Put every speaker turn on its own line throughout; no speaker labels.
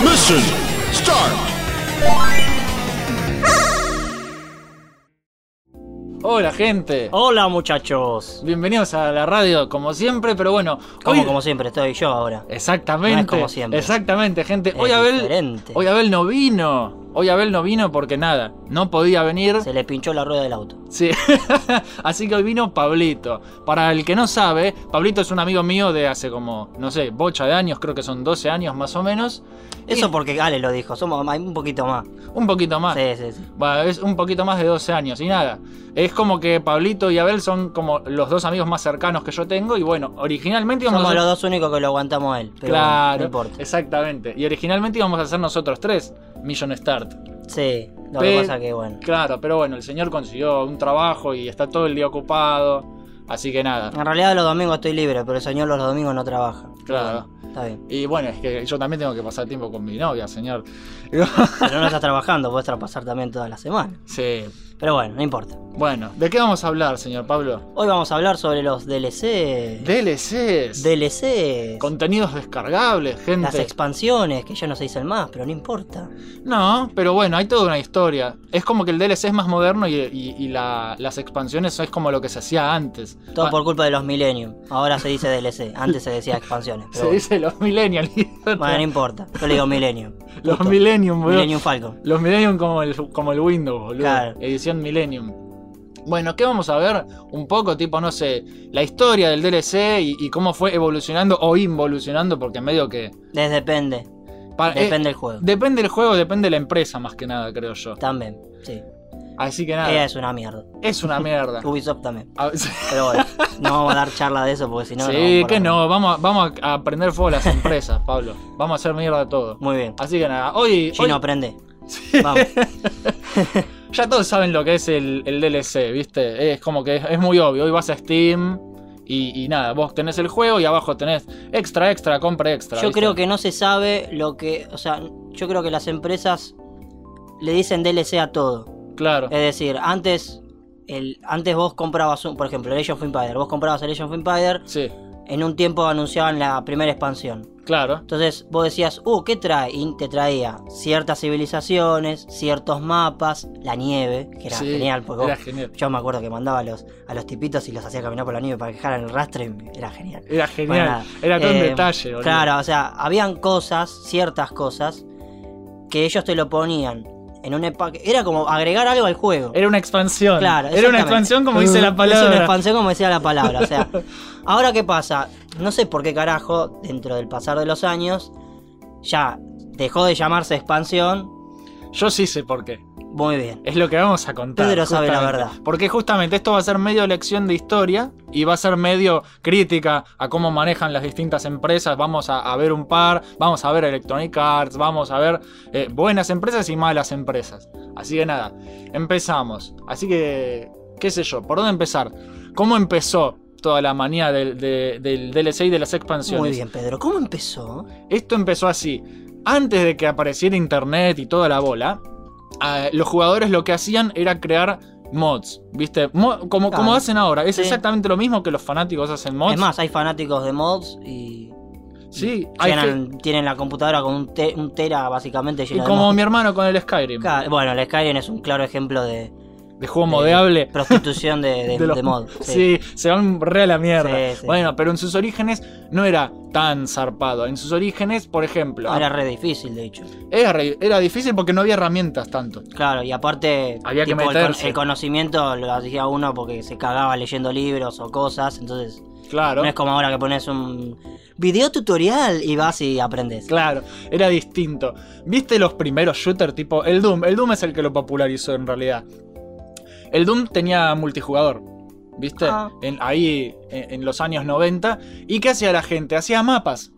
Mission start.
Hola gente,
Hola muchachos.
bienvenidos a la radio como siempre, pero bueno,
Como
hoy-
como siempre estoy yo ahora.
Eh. exactamente,
No es como siempre.
exactamente gente,
Es
hoy Abel,
diferente.
hoy Abel no vino, hoy Abel no vino porque nada, no podía venir,
Se le pinchó la rueda del auto.
Sí, así que hoy vino Pablito. Para el que no sabe, Pablito es un amigo mío de hace como, no sé, bocha de años, creo que son 12 años más o menos. Y
Eso porque Ale lo dijo, somos más- un poquito más.
un poquito más.
Sí, sí, sí.
Va, es un poquito más de 12 años y nada. Es como que Pablito y Abel son como los dos amigos más cercanos que yo tengo. Y bueno, originalmente íbamos
Somos
a
los
hacer-
dos únicos que lo aguantamos a él. Pero
eh. Claro,
bueno, no importa.
exactamente. Y originalmente íbamos a hacer nosotros tres, Million Start.
Sí, lo
Pe-
que pasa que bueno.
Claro, pero bueno, el señor consiguió un trabajo y está todo el día ocupado. Así que nada.
En realidad los domingos estoy libre, pero el señor los domingos no trabaja.
Claro.
Bueno, está bien.
Y bueno, es que yo también tengo que pasar tiempo con mi novia, señor.
Pero no estás trabajando, puedes traspasar también toda la semana.
Sí.
Pero bueno, no importa.
Bueno, ¿de qué vamos a hablar, señor Pablo?
Hoy vamos a hablar sobre los DLC.
DLCs.
DLCs.
Contenidos descargables, gente.
Las expansiones, que ya no se dicen más, pero no importa.
No, pero bueno, hay toda una historia. Es como que el DLC es más moderno y, y- y la- las expansiones es como lo que se hacía antes.
Todo
Ah,
por culpa de los Millennium. Ahora se dice DLC. Antes se decía expansiones. Pero
Se dice los Millennials. idiota.
bueno. Bueno, no importa. Yo le digo Millennium.
los
Justo.
Millennium, boludo.
Millennium Falcon.
Los Millennium como el, como el Windows, boludo.
Claro.
Edición Millennium. Bueno, ¿qué vamos a ver? Un poco, tipo, no sé, la historia del DLC y, y cómo fue evolucionando o involucionando, porque medio que.
Les depende.
pa- eh,
Depende del juego.
depende del juego, depende de la empresa, más que nada, creo yo.
También. Sí.
Así que nada,
Ella
es,
es una mierda.
una mierda.
Ubisoft también.
A- sí,
Pero bueno, no vamos a dar charla de eso porque si no. nos vamos por
que
la-
no, vamos, a- vamos a a prender fuego a las empresas, Pablo. Vamos a hacer mierda todo.
Muy bien.
Así que nada, hoy, hoy
Chino, aprende. Vamos.
Ya todos saben lo que es el, el DLC, ¿viste? Es como que es, es muy obvio. Hoy vas a Steam y, y nada, vos tenés el juego y abajo tenés extra, extra, compra extra.
Yo
¿viste?
creo que no se sabe lo que. O sea, yo creo que las empresas le dicen DLC a todo.
Claro,
Es decir, antes. El, antes vos comprabas un, por ejemplo, el Age of Empire, vos comprabas el Age of Empire
sí,
en un tiempo anunciaban la primera expansión.
claro,
Entonces vos decías, uh, ¿qué trae? Y te traía ciertas civilizaciones, ciertos mapas, la nieve, que era
Sí,
genial, porque
era
vos-
genial.
yo me acuerdo que mandaba a los, a los tipitos y los hacía caminar por la nieve para que dejaran el rastro, y era genial.
era
Bueno,
genial.
nada.
era todo un
Eh,
detalle, boludo.
Claro, o sea, habían cosas, ciertas cosas, que ellos te lo ponían en un epa- Era como agregar algo al juego.
Era una expansión.
Claro,
era una
exactamente.
expansión como dice la
Es una
palabra.
expansión como decía la palabra. O sea, ahora qué pasa, no sé por qué carajo, dentro del pasar de los años, ya dejó de llamarse expansión.
Yo sí sé por qué.
Muy bien.
Es lo que vamos a contar.
Pedro sabe la
justamente.
verdad.
Porque justamente esto va a ser medio lección de historia y va a ser medio crítica a cómo manejan las distintas empresas. Vamos a, a ver un par, vamos a ver Electronic Arts, vamos a ver eh, buenas empresas y malas empresas. Así que nada, empezamos. Así que, qué sé yo, ¿por dónde empezar? ¿Cómo empezó toda la manía del, de- del DLC y de las expansiones?
Muy bien, Pedro. ¿Cómo empezó?
Esto empezó así. Antes de que apareciera internet y toda la bola, eh, los jugadores lo que hacían era crear mods, ¿viste? Mo- como, como
Ah,
hacen ahora. Es
sí.
exactamente lo mismo que los fanáticos hacen mods.
Es más, hay fanáticos de mods y
sí, hay gente-
llenan- tienen la computadora con un, te- un tera básicamente
y
lleno de
como
mods.
mi hermano con el Skyrim,
Ca- Bueno, el Skyrim es un claro ejemplo de
de juego
de-
modeable.
prostitución de, de,
de los-
Eh, de mods.
Sí. se van re a la mierda.
Sí, sí.
Bueno, pero en sus orígenes no era tan zarpado. En sus orígenes, por ejemplo,
Era re difícil, de hecho.
era re- era difícil porque no había herramientas tanto.
Claro, y aparte
Había que
el con- el,
meterse.
conocimiento lo hacía uno porque se cagaba leyendo libros o cosas, entonces
Claro.
no es como ahora que pones un video tutorial y vas y aprendes.
Claro, era distinto. ¿Viste los primeros shooters tipo el Doom? El Doom es el que lo popularizó en realidad. El Doom tenía multijugador, ¿viste?
Ah.
En- ahí en, en los años 90. ¿Y qué hacía la gente? Hacía mapas.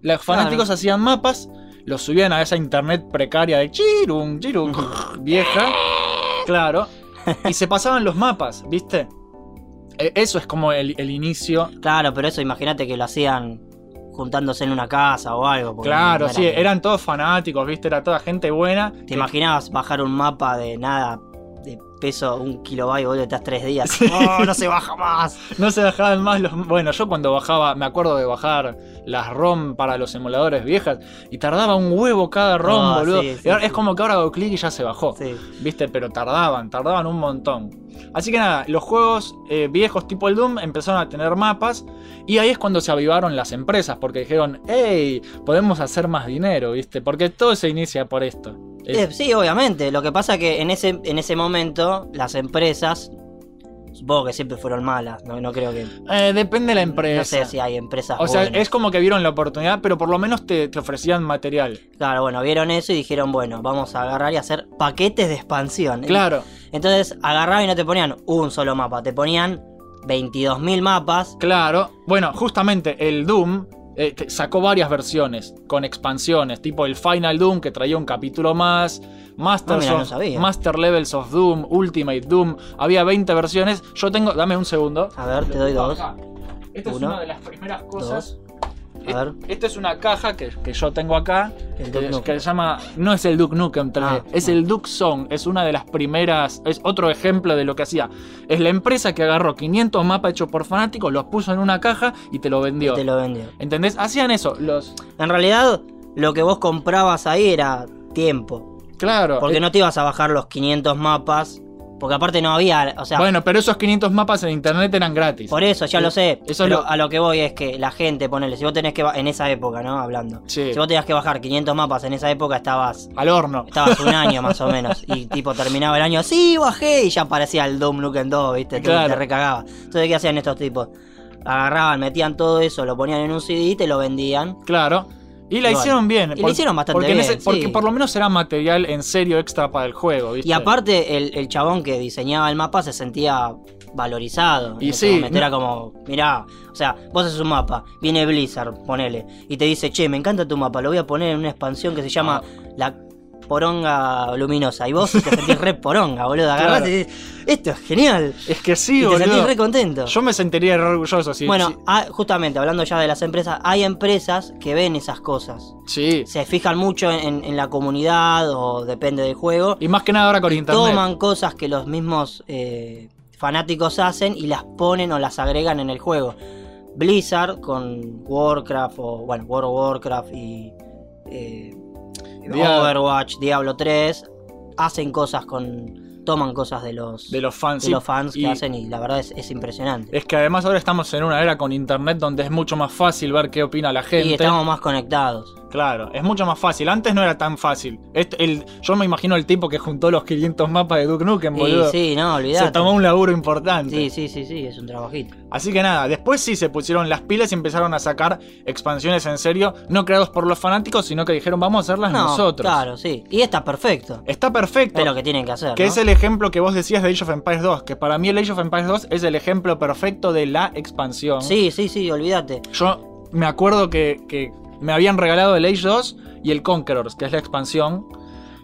Los fanáticos hacían mapas, los subían a esa internet precaria de chirum, chirum, vieja. Claro. Y se pasaban los mapas, ¿viste? E- Eso es como el- el inicio
Claro, pero eso imagínate que lo hacían juntándose en una casa o algo. porque
Claro,
no era
sí,
que-
eran todos fanáticos, viste, era toda gente buena.
¿Te imaginabas bajar un mapa de nada, de peso un kilobyte, boludo, estás tres días. ¡Oh, no se baja más!
No se bajaban más los. Bueno, yo cuando bajaba, me acuerdo de bajar las ROM para los emuladores viejas y tardaba un huevo cada ROM,
Ah,
boludo.
sí, sí,
Y ahora es
sí.
como que ahora hago clic y ya se bajó.
Sí.
¿Viste? Pero tardaban, tardaban un montón. Así que nada, los juegos eh, viejos tipo el Doom empezaron a tener mapas y ahí es cuando se avivaron las empresas porque dijeron, hey, podemos hacer más dinero, ¿viste? Porque todo se inicia por esto. Es-
Eh, sí, obviamente. Lo que pasa que en ese, en ese momento, las empresas, supongo que siempre fueron malas, no, no creo que.
eh, depende de la empresa.
No sé si hay empresas.
o sea,
buenas.
es como que vieron la oportunidad, pero por lo menos te, te ofrecían material.
Claro, bueno, vieron eso y dijeron, bueno, vamos a agarrar y hacer paquetes de expansión.
Claro,
Entonces agarraban y no te ponían un solo mapa, te ponían 22.000 mapas.
claro. Bueno, justamente el Doom eh, te- sacó varias versiones con expansiones, tipo el Final Doom que traía un capítulo más, Masters
Ah, mirá, no
of-
sabía.
Master Levels of Doom, Ultimate Doom. Había 20 versiones. Yo tengo, dame un segundo.
A ver, Ah, te doy dos.
Acá. Esta es
Uno.
una de las primeras cosas.
A ver.
E- Esta es una caja que, que yo tengo acá.
El Duke
Que,
Nukem.
que se llama. No es el Duke Nukem 3D,
Ah.
es el Duke Song. Es una de las primeras. Es otro ejemplo de lo que hacía. Es la empresa que agarró 500 mapas hechos por fanáticos, los puso en una caja y te lo vendió.
Te lo vendió.
¿Entendés? Hacían eso. Los.
En realidad, lo que vos comprabas ahí era tiempo.
Claro.
Porque
eh,
no te ibas a bajar los 500 mapas. Porque aparte no había. O sea,
Bueno, pero esos 500 mapas en internet eran gratis.
por eso, ya lo sé.
Eso es
pero
lo-
a lo que voy es que la gente, ponele, si vos tenés que. ba- En esa época, ¿no? Hablando.
Sí.
Si vos tenías que bajar 500 mapas en esa época, estabas.
Al horno.
Estabas un año más o menos. Y tipo terminaba el año, sí, bajé. Y ya aparecía el Doom Nukem 2, ¿viste? Te,
Claro.
te recagaba. Entonces, ¿qué hacían estos tipos? Agarraban, metían todo eso, lo ponían en un CD y te lo vendían.
Claro. Y la
Igual.
hicieron bien.
Y la hicieron bastante
porque en
bien,
ese- Porque
sí.
por lo menos era material en serio extra para el juego, ¿viste?
Y aparte, el, el chabón que diseñaba el mapa se sentía valorizado.
Y
en ese
sí,
momento.
no-
Era como, mirá, o sea, vos haces un mapa, viene Blizzard, ponele, y te dice, che, me encanta tu mapa, lo voy a poner en una expansión que se llama
Ah.
La Poronga Luminosa. Y vos te sentís re poronga, boludo. Agarrás
Claro.
y decís, esto es genial.
Es que sí,
y te sentís
boludo.
re contento.
Yo me sentiría re orgulloso si.
bueno, ah, justamente, hablando ya de las empresas, hay empresas que ven esas cosas.
Sí.
Se fijan mucho en, en la comunidad o depende del juego.
Y más que nada ahora con internet.
toman cosas que los mismos eh, fanáticos hacen y las ponen o las agregan en el juego. Blizzard con Warcraft o bueno, World of Warcraft y eh,
Dia-
Overwatch, Diablo 3 hacen cosas con toman cosas de los
de los fans.
de
sí.
los fans
Y
que hacen y la verdad es, es impresionante.
Es que además ahora estamos en una era con internet donde es mucho más fácil ver qué opina la gente.
Y estamos más conectados.
Claro, es mucho más fácil. Antes no era tan fácil. Este- el, yo me imagino el tipo que juntó los 500 mapas de Duke Nukem,
Y
boludo.
sí, no,
Se
olvidate.
tomó un laburo importante.
Sí, sí, sí, sí, es un trabajito.
Así que nada, después sí se pusieron las pilas y empezaron a sacar expansiones en serio, no creados por los fanáticos, sino que dijeron vamos a hacerlas
No,
nosotros.
claro, sí. Y está perfecto.
Está perfecto.
Es lo que tienen que hacer.
Que
¿no?
es el ejemplo que vos decías de Age of Empires 2, que para mí el Age of Empires 2 es el ejemplo perfecto de la expansión.
Sí, sí, sí, olvídate.
Yo me acuerdo que, que me habían regalado el Age 2 y el Conquerors, que es la expansión.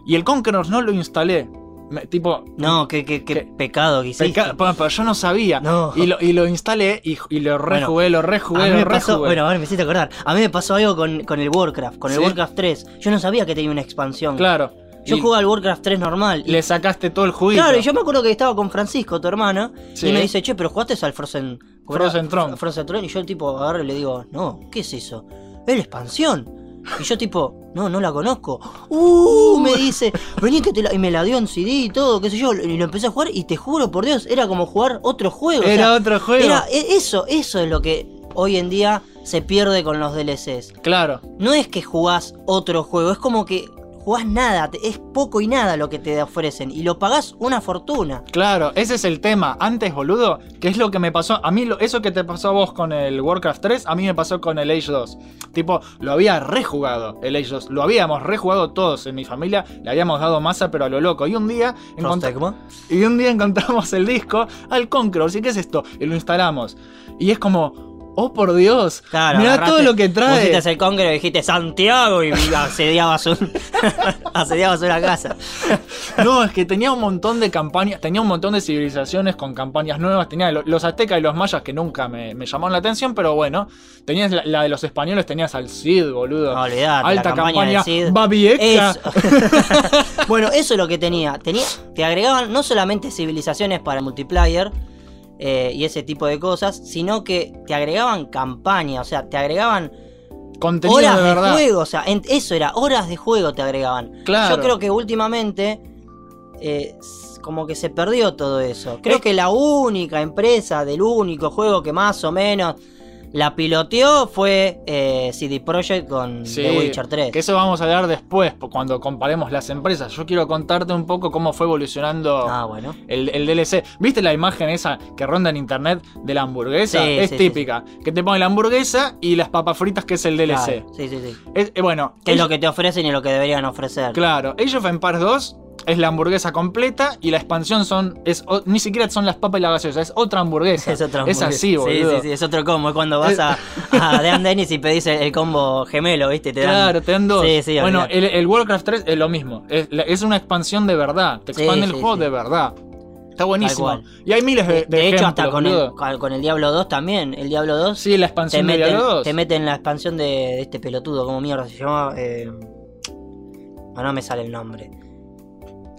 Y el Conquerors no lo instalé. Me- tipo,
No, qué, qué, qué
¿Qué?
pecado que hiciste.
peca- pa- pa- yo no sabía.
No.
Y, lo, y lo instalé y, y lo rejugué, lo rejugué,
a mí
lo
me
rejugué.
pasó, bueno, ahora me hiciste acordar. A mí me pasó algo con, con el Warcraft, con el
¿Sí?
Warcraft 3. Yo no sabía que tenía una expansión.
claro.
Yo
Y
jugaba al Warcraft 3 normal. Y-
Le sacaste todo el juicio.
claro, y yo me acuerdo que estaba con Francisco, tu hermano,
Sí.
y me dice, che, pero jugaste al Frozen... ¿cómo era?
Frozen Throne.
Frozen Throne, y yo el tipo agarro y le digo, no, ¿qué es eso? Es la expansión. Y yo tipo, no, no la conozco. Uh, me dice, vení que te la... Y me la dio en CD y todo, qué sé yo, y lo empecé a jugar y te juro por Dios, era como jugar otro juego. o
Era
sea,
otro juego.
Era, e- eso, eso es lo que hoy en día se pierde con los DLCs.
Claro.
No es que jugás otro juego, es como que jugás nada, te- es poco y nada lo que te ofrecen y lo pagás una fortuna.
Claro, ese es el tema. Antes, boludo, que es lo que me pasó. A mí, lo- eso que te pasó a vos con el Warcraft 3, a mí me pasó con el Age 2. Tipo, lo había rejugado el Age 2. Lo habíamos rejugado todos en mi familia. Le habíamos dado masa, pero a lo loco. Y un día, encontré- y un día encontramos el disco al Conqueror. ¿Y qué es esto? Y lo instalamos. Y es como. oh por Dios,
Claro,
mirá
agarraste-
todo lo que trae.
Pusiste el Congreso y dijiste Santiago y asediabas, un, asediabas una casa.
No, es que tenía un montón de campañas, tenía un montón de civilizaciones con campañas nuevas. Tenía lo- los aztecas y los mayas que nunca me, me llamaron la atención, pero bueno. Tenías la, la de los españoles, tenías al Cid, boludo.
No, olvidate, Ah, la
Alta
campaña del Cid.
Babieca.
Eso. bueno, eso es lo que tenía. tenía. Te agregaban no solamente civilizaciones para multiplayer eh, y ese tipo de cosas, sino que te agregaban campaña, o sea, te agregaban
Contenido
horas
de
de,
verdad.
juego. O sea, en- eso era, horas de juego te agregaban.
Claro.
Yo creo que últimamente eh, s- como que se perdió todo eso. Creo
Es-
que la única empresa del único juego que más o menos la piloteó fue eh, CD Projekt con
Sí,
The Witcher 3.
que eso vamos a hablar después, po- cuando comparemos las empresas. Yo quiero contarte un poco cómo fue evolucionando
Ah, bueno.
el, el DLC. ¿Viste la imagen esa que ronda en internet de la hamburguesa?
Sí,
es
sí, sí,
típica. Que te pone la hamburguesa y las papas fritas, que es el DLC.
Claro, Sí, sí, sí.
Es- eh, bueno,
Que es
Age-
lo que te ofrecen y lo que deberían ofrecer.
claro, Age of Empires 2 es la hamburguesa completa y la expansión son es o- ni siquiera son las papas y la gaseosa, es otra hamburguesa.
Es otro
Es así,
Sí,
boludo.
sí, sí, es otro combo. Es cuando vas a, a Dan Dennis y pedís el, el combo gemelo, ¿viste? Te dan-
Claro, te dan dos.
Sí, sí,
bueno,
olvidate.
el, el Warcraft 3 es lo mismo. Es, la- es una expansión de verdad. Te
Sí,
expande el
sí,
juego
sí.
de verdad. Está buenísimo.
Tal
Y hay miles de,
De,
de
de hecho, hasta
ejemplos,
con el,
boludo.
con con el Diablo 2 también. El Diablo 2
Sí, la
te
expansión de
meten,
Diablo 2.
te meten la expansión de, de este pelotudo, como mierda se llamaba. Eh... ah, No, no me sale el nombre.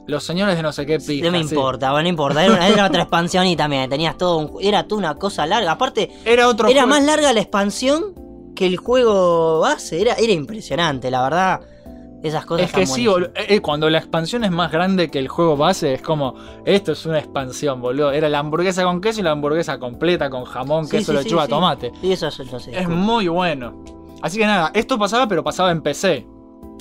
Los señores de no sé qué pija.
no me
sí.
importa, bueno, no importa. Era, una- era otra expansión y también tenías todo un, ju- Era toda una cosa larga. Aparte,
Era otro
Era
juego.
más larga la expansión que el juego base. Era, era impresionante, la verdad. Esas cosas.
Es que
están
sí,
buenísimas.
boludo. Eh, eh, cuando la expansión es más grande que el juego base, es como, esto es una expansión, boludo. Era la hamburguesa con queso y la hamburguesa completa con jamón,
Sí,
queso,
sí, sí,
lechuga,
sí.
tomate.
Y eso es, no sé.
Es muy bueno. Así que nada, esto pasaba, pero pasaba en PC.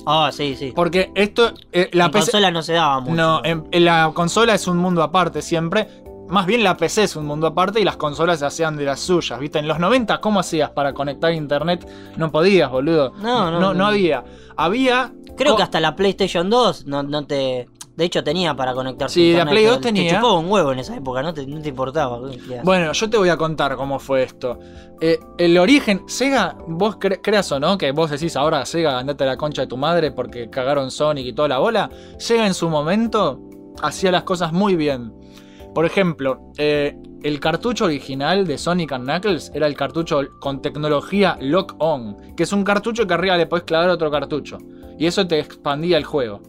Ah, sí, sí.
Porque esto, eh, la
en
PC...
consola no se daba mucho.
No, en- en la consola es un mundo aparte siempre. Más bien la PC es un mundo aparte y las consolas se hacían de las suyas, ¿viste? En los 90, ¿cómo hacías para conectar internet? No podías, boludo.
No, no,
No,
no.
había. Había.
Creo
co-
que hasta la PlayStation 2 no, no te. De hecho, tenía para conectarse.
Sí,
a
la
internet,
Play
pero
2 tenía.
Te chupaba un huevo en esa época, no te, no te importaba. ¿qué hacías?
Bueno, yo te voy a contar cómo fue esto. Eh, el origen, Sega, vos cre- creas o no, que vos decís ahora Sega, andate a la concha de tu madre porque cagaron Sonic y toda la bola. Sega en su momento hacía las cosas muy bien. Por ejemplo, eh, el cartucho original de Sonic and Knuckles era el cartucho con tecnología lock-on, que es un cartucho que arriba le podés clavar otro cartucho. Y eso te expandía el juego.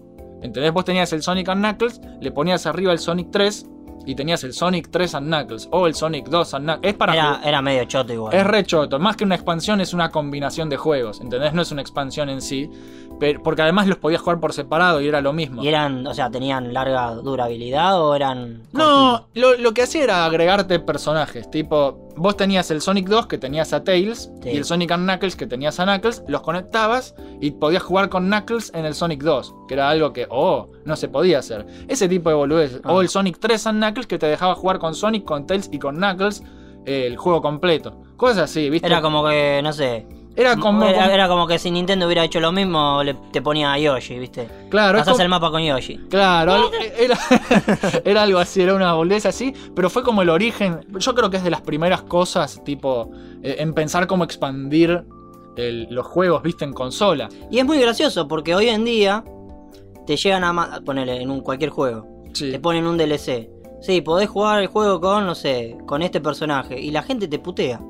¿Entendés? Vos tenías el Sonic and Knuckles, le ponías arriba el Sonic 3 y tenías el Sonic 3 and Knuckles o el Sonic 2 and Knuckles. Es para
era,
jugar-
era medio choto igual.
es re choto. Más que una expansión, es una combinación de juegos. ¿Entendés? No es una expansión en sí. pero- porque además los podías jugar por separado y era lo mismo.
y eran, o sea, tenían larga durabilidad o eran.
No, lo, lo que hacía era agregarte personajes. Tipo, vos tenías el Sonic 2 que tenías a Tails
Sí.
y el Sonic and Knuckles que tenías a Knuckles, los conectabas y podías jugar con Knuckles en el Sonic 2, que era algo que, oh, no se podía hacer. Ese tipo de boludez.
Ah.
O el Sonic 3 and Knuckles que te dejaba jugar con Sonic, con Tails y con Knuckles eh, el juego completo. Cosas así, ¿viste?
Era como que, no sé,
Era como.
era, era como que si Nintendo hubiera hecho lo mismo, le- te ponía a Yoshi, ¿viste?
claro, es
Pasás
como-
el mapa con Yoshi.
Claro, algo- era, era algo así, era una boludez así, pero fue como el origen. Yo creo que es de las primeras cosas, tipo, eh, en pensar cómo expandir el- los juegos, viste, en consola.
Y es muy gracioso porque hoy en día te llegan a ma- ponerle en un cualquier juego,
Sí.
te ponen un DLC. Sí, podés jugar el juego con, no sé, con este personaje y la gente te putea.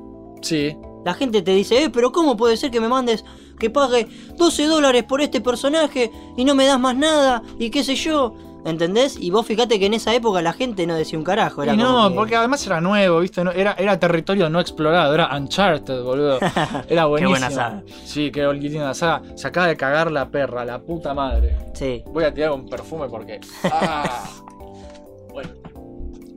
Sí.
La gente te dice, eh, pero ¿cómo puede ser que me mandes que pague 12 dólares por este personaje y no me das más nada y qué sé yo? ¿Entendés? Y vos fijate que en esa época la gente no decía un carajo. Era
Y
como
no,
que-
porque además era nuevo, viste, no- era, era territorio no explorado, era Uncharted, boludo. Era buenísimo.
buena saga.
Sí, qué linda saga. Se acaba de cagar la perra, la puta madre.
Sí.
Voy a tirar un perfume porque. Ah. Bueno.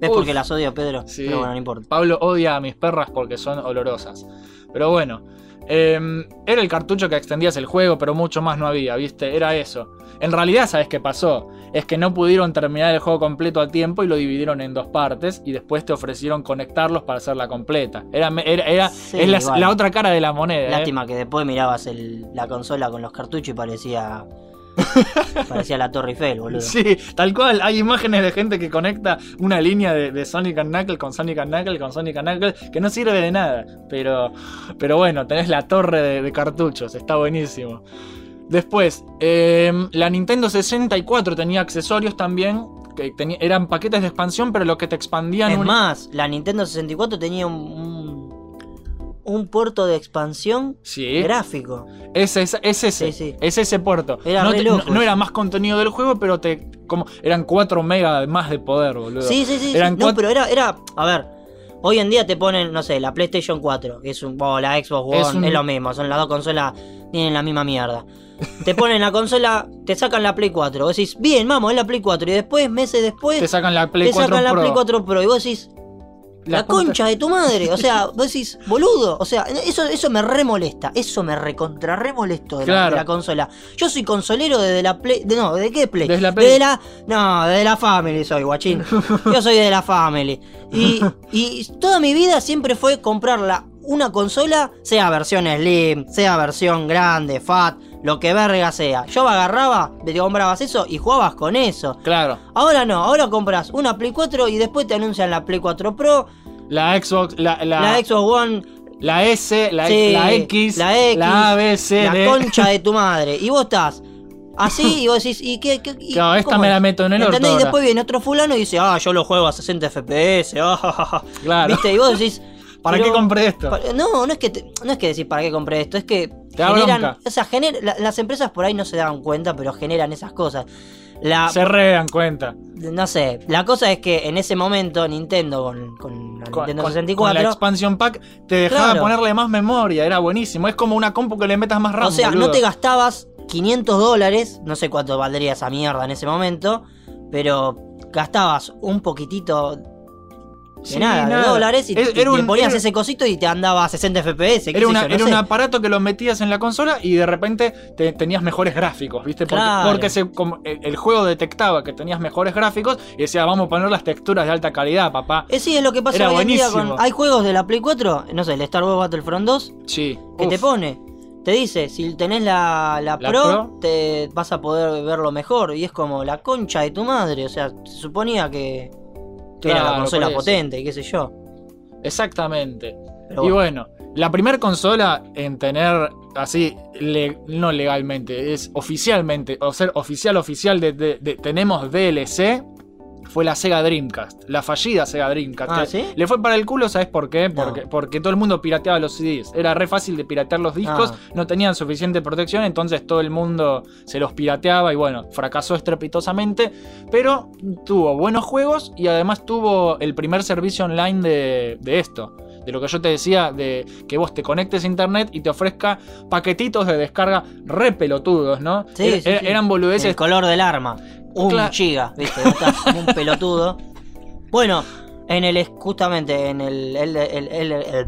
¿Ves
Uf.
porque las odio, Pedro?
Sí.
Pero bueno, no importa.
Pablo odia a mis perras porque son olorosas. Pero bueno, em, era el cartucho que extendías el juego, pero mucho más no había, ¿viste? Era eso. En realidad, ¿sabes qué pasó? Es que no pudieron terminar el juego completo a tiempo y lo dividieron en dos partes y después te ofrecieron conectarlos para hacerla completa. Era, era, era-
Sí,
es la,
igual.
la otra cara de la moneda. ¿eh?
Lástima que después mirabas el- la consola con los cartuchos y parecía Parecía la Torre Eiffel, boludo.
Sí, tal cual. Hay imágenes de gente que conecta una línea de, de Sonic and Knuckles con Sonic and Knuckles con Sonic and Knuckles que no sirve de nada. Pero, pero bueno, tenés la torre de, de cartuchos. Está buenísimo. Después, eh, la Nintendo 64 tenía accesorios también. Que teni- eran paquetes de expansión, pero lo que te expandían.
Es
un-
más, la Nintendo 64 tenía un, un, un puerto de expansión
Sí,
gráfico.
es, es- es ese.
Sí, sí.
Es ese puerto.
Era
no,
re
te- no-
loco.
no era más contenido del juego, pero te como eran 4 mega más de poder, boludo.
Sí, sí, sí. sí.
Eran
No,
cuatro-
pero era, era. A ver, hoy en día te ponen, no sé, la PlayStation 4, que es un. O la Xbox One,
Es
es,
un-
lo mismo, son las dos consolas, tienen la misma mierda. Te ponen la consola, te sacan la Play 4. Vos decís, bien, vamos, es la Play 4. Y después, meses después,
Te
te,
sacan la Play 4
sacan la
Pro.
Play 4 Pro. Y vos decís, la,
puta-
concha de tu madre. O sea, vos decís, boludo. O sea, eso, eso me remolesta. Eso me recontra remolesto de, la-
Claro.
de la, consola. Yo soy consolero desde la Play. de- no, ¿de qué Play?
Desde la Play.
De la- no, desde la Family soy, guachín. Yo soy de la Family. Y, y toda mi vida siempre fue comprar la- una consola, sea versión slim, sea versión grande, fat, lo que verga sea. Yo agarraba, te comprabas eso y jugabas con eso.
Claro.
Ahora no, ahora compras una Play 4 y después te anuncian la Play 4 Pro,
La Xbox, la, la,
la Xbox One,
la S, la,
sí,
la X,
la X,
la ABC,
la concha de tu madre. Y vos estás así y vos decís, ¿y qué? qué y
Claro, esta
cómo
me
es?
la meto en el orto
¿Entendés? Y
ahora.
después viene otro fulano y dice, ah, yo lo juego a 60 FPS, ah, ja, ja, ja".
Claro.
¿Viste? Y vos decís...
¿Para
pero-
qué compré esto?
pa- No, no es que te- no es que decir para qué compré esto, es que
Te da
generan,
bronca.
o sea, gener- la- las empresas por ahí no se dan cuenta, pero generan esas cosas. La,
Se re dan cuenta.
no sé, la cosa es que en ese momento Nintendo con, con la
Con,
Nintendo
con- con
64.
la expansion pack te dejaba
Claro.
ponerle más memoria, era buenísimo. Es como una compu que le metas más rápido.
o sea, no te gastabas 500 dólares, no sé cuánto valdría esa mierda en ese momento, pero gastabas un poquitito de nada, de dólares y,
Es-
y
era
te
un-
ponías
era-
ese cosito y te andaba a 60 FPS. qué sé
Era, una-
yo, no
era
sé.
un aparato que lo metías en la consola y de repente te- tenías mejores gráficos, ¿viste? Porque,
Claro.
porque se- como e, el, el juego detectaba que tenías mejores gráficos y decía, vamos a poner las texturas de alta calidad, papá.
Eh, sí, es lo que pasa
Era
hoy en día
buenísimo.
con. Hay juegos de la Play 4, no sé, el Star Wars Battlefront 2,
Sí.
que te
Uf.
pone. Te dice, si tenés la, la
La
Pro,
Pro.
te vas a poder verlo mejor. Y es como la concha de tu madre. O sea, se suponía que, que era
Claro,
la consola
por eso.
potente, qué sé yo.
Exactamente.
Pero
y
bueno.
bueno, la primer consola en tener así, le- no legalmente, es oficialmente, o ser oficial, oficial de, de- de- tenemos DLC, fue la Sega Dreamcast, la fallida Sega Dreamcast.
Ah,
que
¿sí?
Le fue para el culo, ¿sabes por qué?
No.
Porque, porque todo el mundo pirateaba los CDs. Era re fácil de piratear los discos,
Ah.
no tenían suficiente protección, entonces todo el mundo se los pirateaba y bueno, fracasó estrepitosamente. Pero tuvo buenos juegos y además tuvo el primer servicio online de, de esto. De lo que yo te decía, de que vos te conectes a internet y te ofrezca paquetitos de descarga re pelotudos, ¿no?
Sí,
Era-
sí,
era-
sí.
Eran
el
boludeces.
color del arma. Un
Mm. Cla-
giga, viste, vos estás como un pelotudo. Bueno, en el justamente en el, el- el- el- el-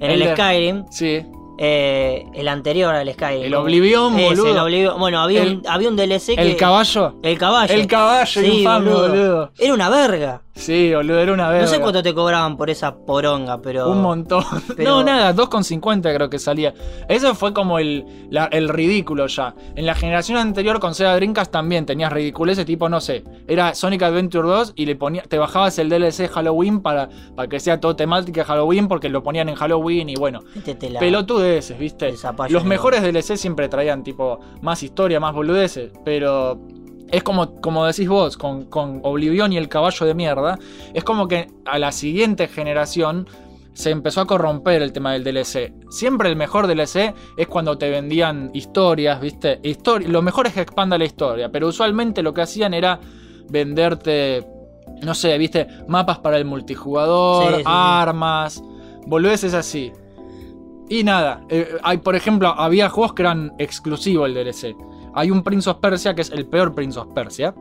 en el
Elder.
Skyrim,
Sí,
eh, el anterior al Skyrim.
El Oblivion,
Ese,
boludo.
el Oblivion. Bueno, había,
El-
un, había un DLC que
el caballo.
el caballo.
El caballo,
Sí,
infame,
boludo.
boludo.
Era una verga.
Sí, boludo, era una vez.
No sé cuánto te cobraban por esa poronga, pero
Un montón.
Pero-
No, nada, 2,50 creo que salía. Eso fue como el, la- el ridículo ya. En la generación anterior con Sega Dreamcast también tenías ridiculeces tipo, no sé, era Sonic Adventure 2 y le ponía, te bajabas el DLC Halloween para, para que sea todo temática Halloween porque lo ponían en Halloween y bueno,
métete la-
pelotudeces, ¿viste?
el zapallo
Los
en el-
mejores DLC siempre traían tipo más historia, más boludeces, pero es como, como decís vos, con, con Oblivion y el caballo de mierda, es como que a la siguiente generación se empezó a corromper el tema del DLC. Siempre el mejor DLC es cuando te vendían historias, ¿viste? Histori- lo mejor es que expanda la historia, pero usualmente lo que hacían era venderte, no sé, ¿viste? Mapas para el multijugador,
Sí, sí, sí.
armas, boludeces así. Y nada, eh, hay, por ejemplo, había juegos que eran exclusivos el DLC. Hay un Prince of Persia que es el peor Prince of Persia.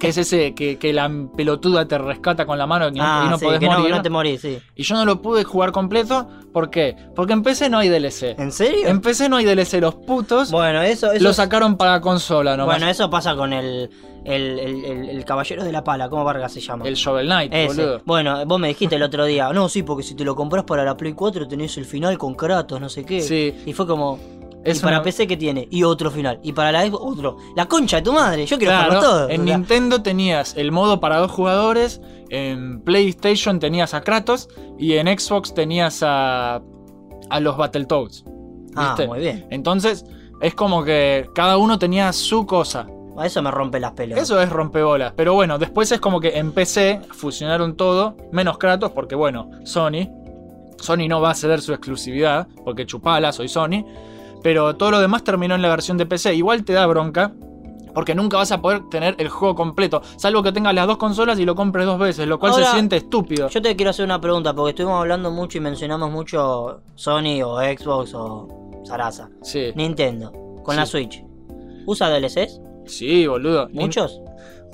que es ese que, que la pelotuda te rescata con la mano y no,
Ah,
y no
sí,
podés
que no-
morir.
no te morís, sí.
Y yo no lo pude jugar completo. ¿Por qué? Porque en PC no hay DLC.
¿En serio?
En PC no hay DLC. Los putos
Bueno, eso, eso
lo
es-
sacaron para consola nomás.
Bueno, eso pasa con el, el, el- el- el caballero de la pala, ¿cómo Vargas se llama?
el Shovel Knight,
Ese.
boludo.
Bueno, vos me dijiste el otro día, no, sí, porque si te lo compras para la Play 4 tenés el final con Kratos, no sé qué.
Sí.
Y fue como,
Es
y para
una-
PC que tiene, y otro final. Y para la Xbox, otro. La concha de tu madre, yo quiero
Claro,
jugarlo todo.
en
O sea,
Nintendo tenías el modo para dos jugadores, en PlayStation tenías a Kratos y en Xbox tenías a, a los Battletoads.
ah,
¿viste?
muy bien.
Entonces, es como que cada uno tenía su cosa.
A eso me rompe las pelotas.
Eso es rompebolas. Pero bueno, después es como que en PC fusionaron todo, menos Kratos, porque bueno, Sony. Sony no va a ceder su exclusividad, porque chupala, soy Sony. Pero todo lo demás terminó en la versión de PC. Igual te da bronca, porque nunca vas a poder tener el juego completo. Salvo que tengas las dos consolas y lo compres dos veces, lo cual
Ahora,
se siente estúpido.
Yo te quiero hacer una pregunta, porque estuvimos hablando mucho y mencionamos mucho Sony o Xbox o Sarasa.
Sí,
Nintendo, con
Sí.
la Switch. ¿Usa DLCs?
sí, boludo. Nin-
¿Muchos?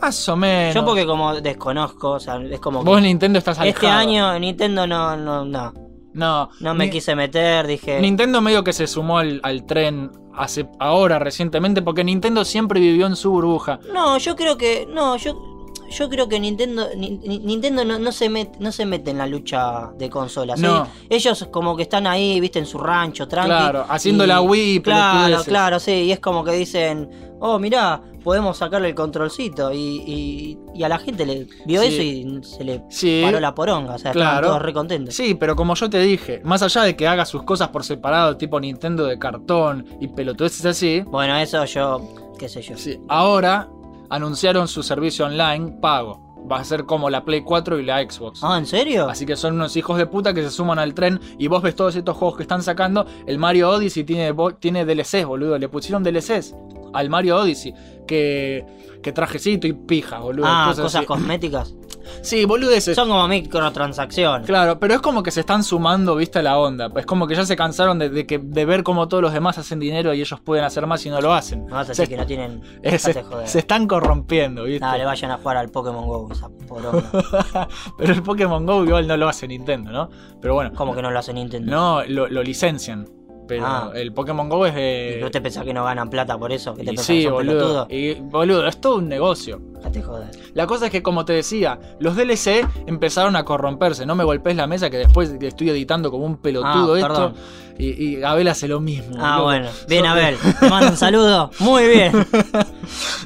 Más o menos.
Yo porque como desconozco, o sea, es como que
Vos Nintendo estás alejado.
este año Nintendo no, no, no,
No,
no me
Ni-
quise meter, dije...
Nintendo medio que se sumó al, al tren hace ahora recientemente porque Nintendo siempre vivió en su burbuja.
No, yo creo que. No, yo. Yo creo que Nintendo. Ni- Ni- Nintendo no, no se mete, no se mete en la lucha de consolas. ¿sí?
No.
Ellos como que están ahí, viste, en su rancho, tranqui.
Claro, haciendo la Wii,
Claro,
pelotudeces.
claro, sí. Y es como que dicen. Oh, mirá, podemos sacarle el controlcito. Y, y, y a la gente le vio
Sí.
eso y se le
Sí.
paró la poronga. O sea, estaban
Claro.
todos re contentos.
Sí, pero como yo te dije, más allá de que haga sus cosas por separado, tipo Nintendo de cartón y pelotudeces así,
Bueno, eso yo. qué sé yo.
sí, ahora anunciaron su servicio online pago. Va a ser como la Play 4 y la Xbox.
Ah, ¿en serio?
Así que son unos hijos de puta que se suman al tren y vos ves todos estos juegos que están sacando. El Mario Odyssey tiene, bo- tiene DLCs, boludo. Le pusieron DLCs al Mario Odyssey. Que, que trajecito y pija, boludo.
ah, cosas
así.
cosméticas.
Sí, boludeces.
Son como microtransacciones.
Claro, pero es como que se están sumando, viste, a la onda. Es como que ya se cansaron de, de que, de ver cómo todos los demás hacen dinero y ellos pueden hacer más y no lo hacen.
No vas a
se,
decir que no tienen.
eh, se-
dejate de joder.
se están corrompiendo, viste.
Dale, vayan a jugar al Pokémon GO, esa poronga.
pero el Pokémon GO igual no lo hace Nintendo, ¿no? Pero bueno.
¿Cómo que no lo hace Nintendo?
No, lo, lo licencian. Pero
Ah.
el Pokémon GO es de.
¿Y ¿No te pensás que no ganan plata por eso? ¿Que te
eh, Y
pensás que
sí,
son
boludo.
pelotudos?
Y, boludo, es todo un negocio.
Dejate de joder.
La cosa es que, como te decía, los DLC empezaron a corromperse. No me golpees la mesa que después estoy editando como un pelotudo
Ah,
esto.
perdón.
Y, y Abel hace lo mismo.
Ah,
loco.
bueno. Bien,
Yo-
Abel. Te mando un saludo. Muy bien.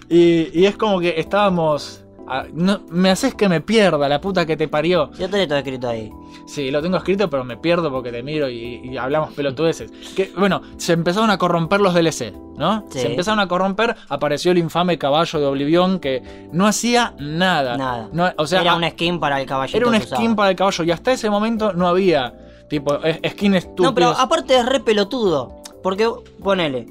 Y, y es como que estábamos. a- no- me haces que me pierda la puta que te parió.
Yo te lo todo escrito ahí.
Sí, lo tengo escrito, pero me pierdo porque te miro y, y hablamos pelotudeces. Que, bueno, se empezaron a corromper los DLC, ¿no?
Sí.
Se empezaron a corromper, apareció el infame caballo de Oblivion que no hacía nada.
Nada.
No, o sea,
era
ah,
una skin para el caballito.
era un
que usaba.
skin para el caballo y hasta ese momento no había tipo es- skin estúpidos.
No, pero aparte es re pelotudo. Porque, ponele.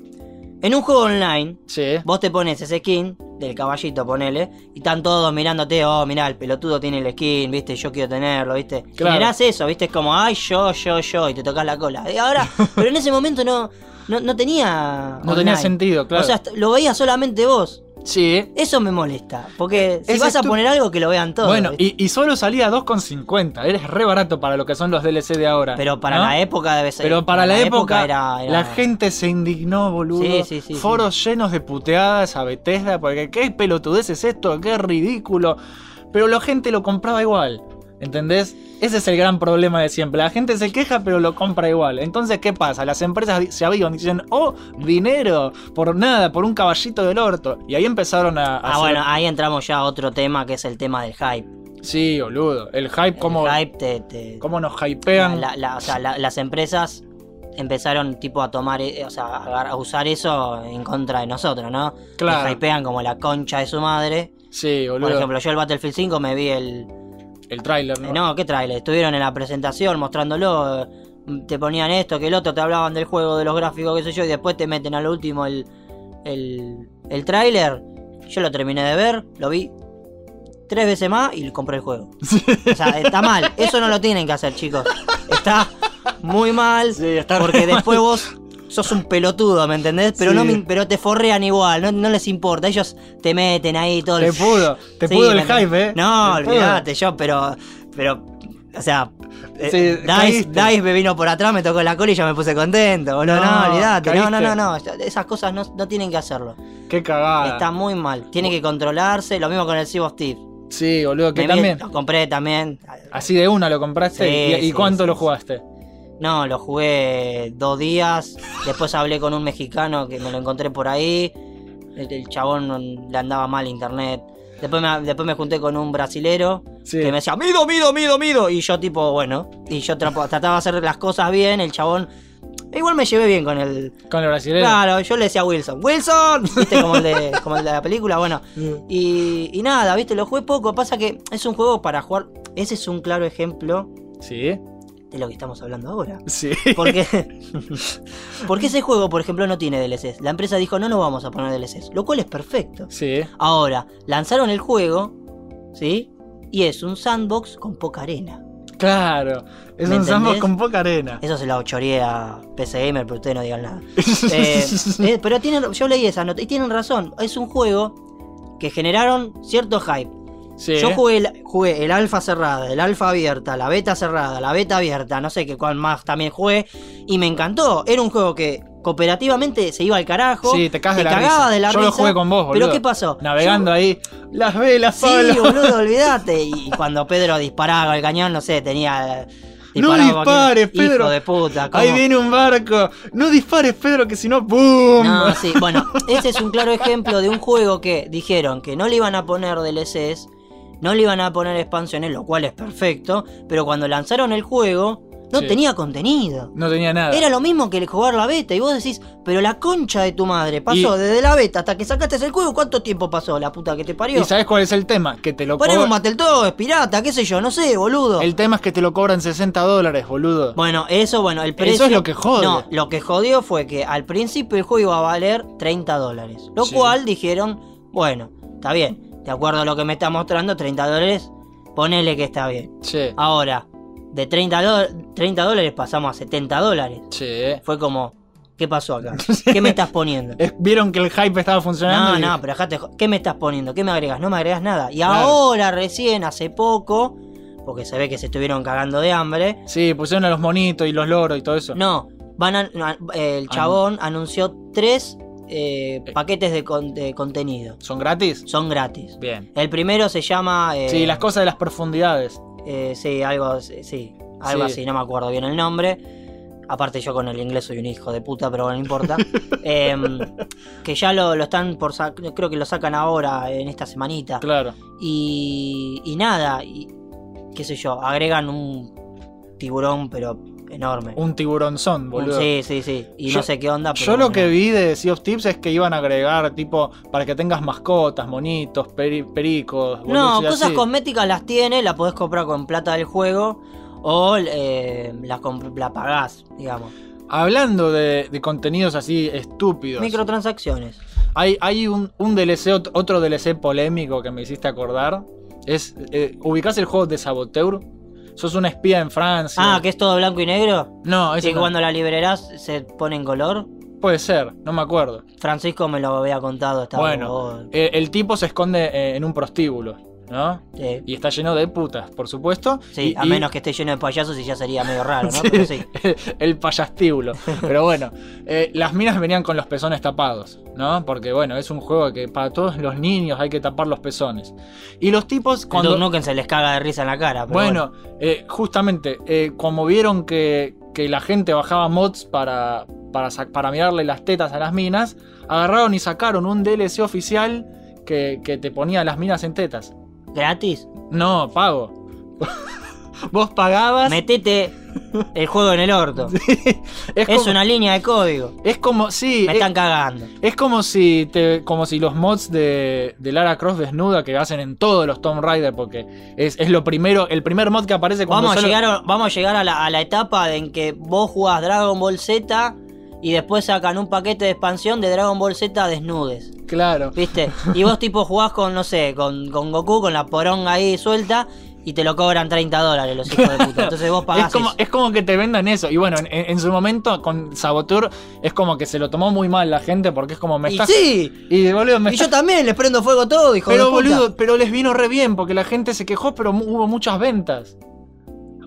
En un juego online,
Sí.
vos te pones ese skin del caballito, ponele, y están todos mirándote, oh, mirá, el pelotudo tiene el skin, viste, yo quiero tenerlo, viste.
Claro.
Generás eso, viste, es como, ay, yo, yo, yo, y te tocas la cola. Y ahora, pero en ese momento no, no, no tenía.
No tenía
online.
sentido, claro.
O sea, lo veías solamente vos.
sí.
Eso me molesta, porque si
Es
vas a
Eh, estu-
poner algo que lo vean todos.
Bueno,
¿viste?
y, y solo salía a 2,50. Eres re barato para lo que son los DLC de ahora.
pero para
¿no?
la época debe ser.
Pero para la época,
era, era-
la gente se indignó, boludo.
Sí, sí, sí,
Foros llenos de puteadas a Bethesda, porque qué pelotudez es esto, qué ridículo. Pero la gente lo compraba igual, ¿entendés? Ese es el gran problema de siempre. La gente se queja, pero lo compra igual. Entonces, ¿qué pasa? Las empresas di- se avivan y dicen, oh, dinero, por nada, por un caballito del orto. Y ahí empezaron a... a
Ah,
hacer-
bueno, ahí entramos ya a otro tema que es el tema del hype.
Sí, boludo. El hype,
El
cómo,
hype te- te,
cómo nos hypean.
La- la- o sea, la- las empresas empezaron tipo a tomar, eh, o sea, a, agar- a usar eso en contra de nosotros, ¿no?
Claro.
Nos hypean como la concha de su madre.
Sí, boludo.
Por ejemplo, yo el Battlefield 5 me vi el...
el tráiler,
eh,
¿no?
No, ¿qué trailer? Estuvieron en la presentación mostrándolo, eh, te ponían esto, que el otro, te hablaban del juego, de los gráficos, qué sé yo, y después te meten al último el, el, el tráiler. Yo lo terminé de ver, lo vi tres veces más y compré el juego. O sea, está mal. Eso no lo tienen que hacer, chicos. Está muy mal.
Sí, está re
porque
mal.
después vos sos un pelotudo, ¿me entendés? Pero
Sí.
no me- pero te forrean igual, no, no les importa. Ellos te meten ahí todo
Te
el.
pudo, te pudo el
¿me entendés?
hype, ¿eh?
No,
Te pudo.
olvídate, yo, pero. Pero. O sea. eh,
Sí,
Dice,
caíste.
Dice me vino por atrás, me tocó la cola y yo me puse contento, boludo. No,
No,
olvídate. No, no, no,
caíste.
no. Esas cosas no, no tienen que hacerlo.
Qué cagada.
Está muy mal. Tiene que controlarse. Lo mismo con el Cibo Steve.
Sí, boludo, que
Me vi-
también.
Lo compré también.
Así de una lo compraste.
Sí,
¿Y, y
sí,
cuánto
sí,
lo
sí.
jugaste?
No, lo jugué dos días. Después hablé con un mexicano que me lo encontré por ahí. El, el chabón no- le andaba mal internet. Después me, después me junté con un brasilero
Sí.
que me decía, mido, mido, mido, mido. Y yo tipo, bueno. Y yo trapo- trataba de hacer las cosas bien. El chabón... Igual me llevé bien con el...
Con el brasileño.
Claro, yo le decía a Wilson. ¡Wilson! ¿Viste? Como el de, como el de la película. Bueno, y, y nada, ¿viste? Lo jugué poco. Pasa que es un juego para jugar. Ese es un claro ejemplo
Sí.
de lo que estamos hablando ahora.
Sí.
Porque, porque ese juego, por ejemplo, no tiene DLCs. La empresa dijo, no nos vamos a poner DLCs. Lo cual es perfecto.
Sí.
Ahora, lanzaron el juego, ¿sí? Y es un sandbox con poca arena.
Claro. Es
¿Me
un sandbox
entendés?
con poca arena.
Eso se la choreé a PC Gamer, pero ustedes no digan nada. Eh, eh, pero tienen, yo leí esa nota y tienen razón. Es un juego que generaron cierto hype.
Sí.
Yo jugué el, jugué el alfa cerrada, el alfa abierta, la beta cerrada, la beta abierta, no sé qué cuál más también jugué. Y me encantó. Era un juego que cooperativamente se iba al carajo.
Sí, te cagas de la
cagaba
risa.
de la
Yo
risa,
lo jugué con vos, boludo.
Pero ¿qué pasó?
Navegando
Yo-
ahí. Las velas, Pablo.
Sí, boludo, olvídate. Y cuando Pedro disparaba el cañón, no sé, tenía.
No
disparaba cualquier-
dispares, Pedro.
Hijo de puta, ¿cómo?
Ahí viene un barco. No dispares, Pedro, que si no. ¡Boom!
No, sí, bueno, ese es un claro ejemplo de un juego que dijeron que no le iban a poner DLCs, no le iban a poner expansiones, lo cual es perfecto, pero cuando lanzaron el juego no
Sí.
tenía contenido.
No tenía nada.
Era lo mismo que el jugar la beta y vos decís, pero la concha de tu madre pasó
Y-
desde la beta hasta que sacaste el juego, ¿cuánto tiempo pasó? La puta que te parió.
¿Y sabes cuál es el tema? Que te lo
Ponemos
cobran.
Mateltodo, es pirata, qué sé yo, no sé, boludo.
El tema es que te lo cobran 60 dólares, boludo.
Bueno, eso, bueno, el precio.
es lo que jode.
No, lo que jodió fue que al principio el juego iba a valer 30 dólares. Lo
Sí.
cual dijeron, bueno, está bien, de acuerdo a lo que me está mostrando, 30 dólares, ponele que está bien.
Che.
Ahora, de 30, do- 30 dólares pasamos a 70 dólares.
Che. eh.
Fue como, ¿qué pasó acá? ¿Qué me estás poniendo?
Es- Vieron que el hype estaba funcionando.
No,
y-
no, pero acá te jo- ¿Qué me estás poniendo? ¿Qué me agregas? No me agregas nada. Y
Claro.
ahora, recién, hace poco, porque se ve que se estuvieron cagando de hambre,
Sí, pusieron a los monitos y los loros y todo eso.
No, van a- no,
Ah,
el chabón anunció tres eh, paquetes de, con- de contenido.
¿Son gratis?
Son gratis.
Bien.
El primero se llama... eh,
Sí, las cosas de las profundidades.
eh, sí, algo, sí, algo
Sí.
así, no me acuerdo bien el nombre. Aparte yo con el inglés soy un hijo de puta, pero no importa. Em, que ya lo, lo están por... sa- Creo que lo sacan ahora, en esta semanita.
Claro.
Y, y nada, y, qué sé yo, agregan un tiburón, pero enorme.
Un tiburonzón, boludo.
Sí, sí, sí. Y
Yo-
no sé qué onda. pero
Yo lo
bueno.
que vi de Sea of Tips es que iban a agregar, tipo, para que tengas mascotas, monitos, peri- pericos.
No,
boludeces
cosas
así.
cosméticas las tiene, la podés comprar con plata del juego o eh, la, comp- la pagás, digamos.
Hablando de, de contenidos así estúpidos.
Microtransacciones.
Hay, hay un, un DLC, ot- otro DLC polémico que me hiciste acordar. Es, eh, ¿Ubicás el juego de Saboteur? Sos una espía en Francia.
Ah, que es todo blanco y negro.
No, ese
Que
no.
cuando la liberarás se pone en color.
puede ser, no me acuerdo.
Francisco me lo había contado esta
Bueno.
oh,
Eh, el tipo se esconde eh, en un prostíbulo, ¿no?
eh,
Y está lleno de putas, por supuesto.
Sí,
Y-
a
y-
menos que esté lleno de payasos y ya sería medio raro, ¿no? Pero sí.
el payastíbulo. Pero bueno, eh, las minas venían con los pezones tapados, ¿no? Porque bueno, es un juego que para todos los niños hay que tapar los pezones. Y los tipos
Cuando
cuando...
se les caga de risa en la cara. Ah, pero
Bueno, eh, justamente, eh, como vieron que, que la gente bajaba mods para, para, sa- para mirarle las tetas a las minas, agarraron y sacaron un DLC oficial que, que te ponía las minas en tetas.
¿Gratis?
No, pago. Vos pagabas.
Metete el juego en el orto.
es,
Es
como,
una línea de código.
es como. Sí, eh. es-
Me están cagando.
Es como si, te, como si los mods de, de Lara Croft desnuda que hacen en todos los Tomb Raider, porque es, es lo primero, el primer mod que aparece cuando
Vamos a,
solo-
llegar a, vamos a llegar a la, a la etapa en que vos jugás Dragon Ball Z y después sacan un paquete de expansión de Dragon Ball Z desnudes.
Claro.
¿Viste? Y vos tipo jugás con, no sé, con, con Goku, con la poronga ahí suelta y te lo cobran 30 dólares los hijos de puta. Entonces vos pagás
Es como, eh,
eso.
es como que te vendan eso. Y bueno, en, en su momento con Saboteur es como que se lo tomó muy mal la gente porque es como me
Y
estás.
sí,
Y boludo, me
y
estás-
yo también les prendo fuego todo, hijo
Pero
de puta.
boludo, pero les vino re bien porque la gente se quejó, pero mu- hubo muchas ventas.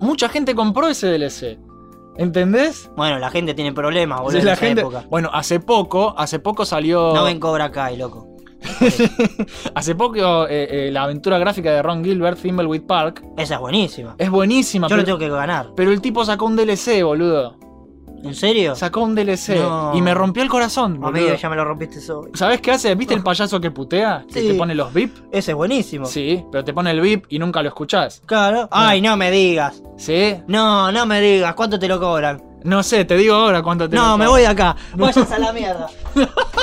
Mucha gente compró ese DLC. ¿Entendés?
Bueno, la gente tiene problemas, Ah,
Entonces
boludo, en
la gente-
esa época.
Bueno, hace poco, hace poco salió.
No ven Cobra Kai, loco.
Hace poco, eh, eh, la aventura gráfica de Ron Gilbert, Thimbleweed Park,
Esa es buenísima.
es buenísima.
Yo lo
pero,
tengo que ganar.
pero el tipo sacó un DLC, boludo.
¿En serio?
Sacó un DLC
No.
y me rompió el corazón, boludo.
Amigo, ya me lo rompiste sobre.
¿Sabes qué hace? ¿Viste el payaso que putea? Que
Oh. Sí. Oh.
te pone los VIP.
Ese es buenísimo.
Sí, pero te pone el VIP y nunca lo escuchás.
Claro. Ay, no me digas.
¿Sí?
No, no me digas. ¿Cuánto te lo cobran?
No sé, te digo ahora cuánto te
No,
lo
me
cobro.
voy de acá. Vayas a la mierda.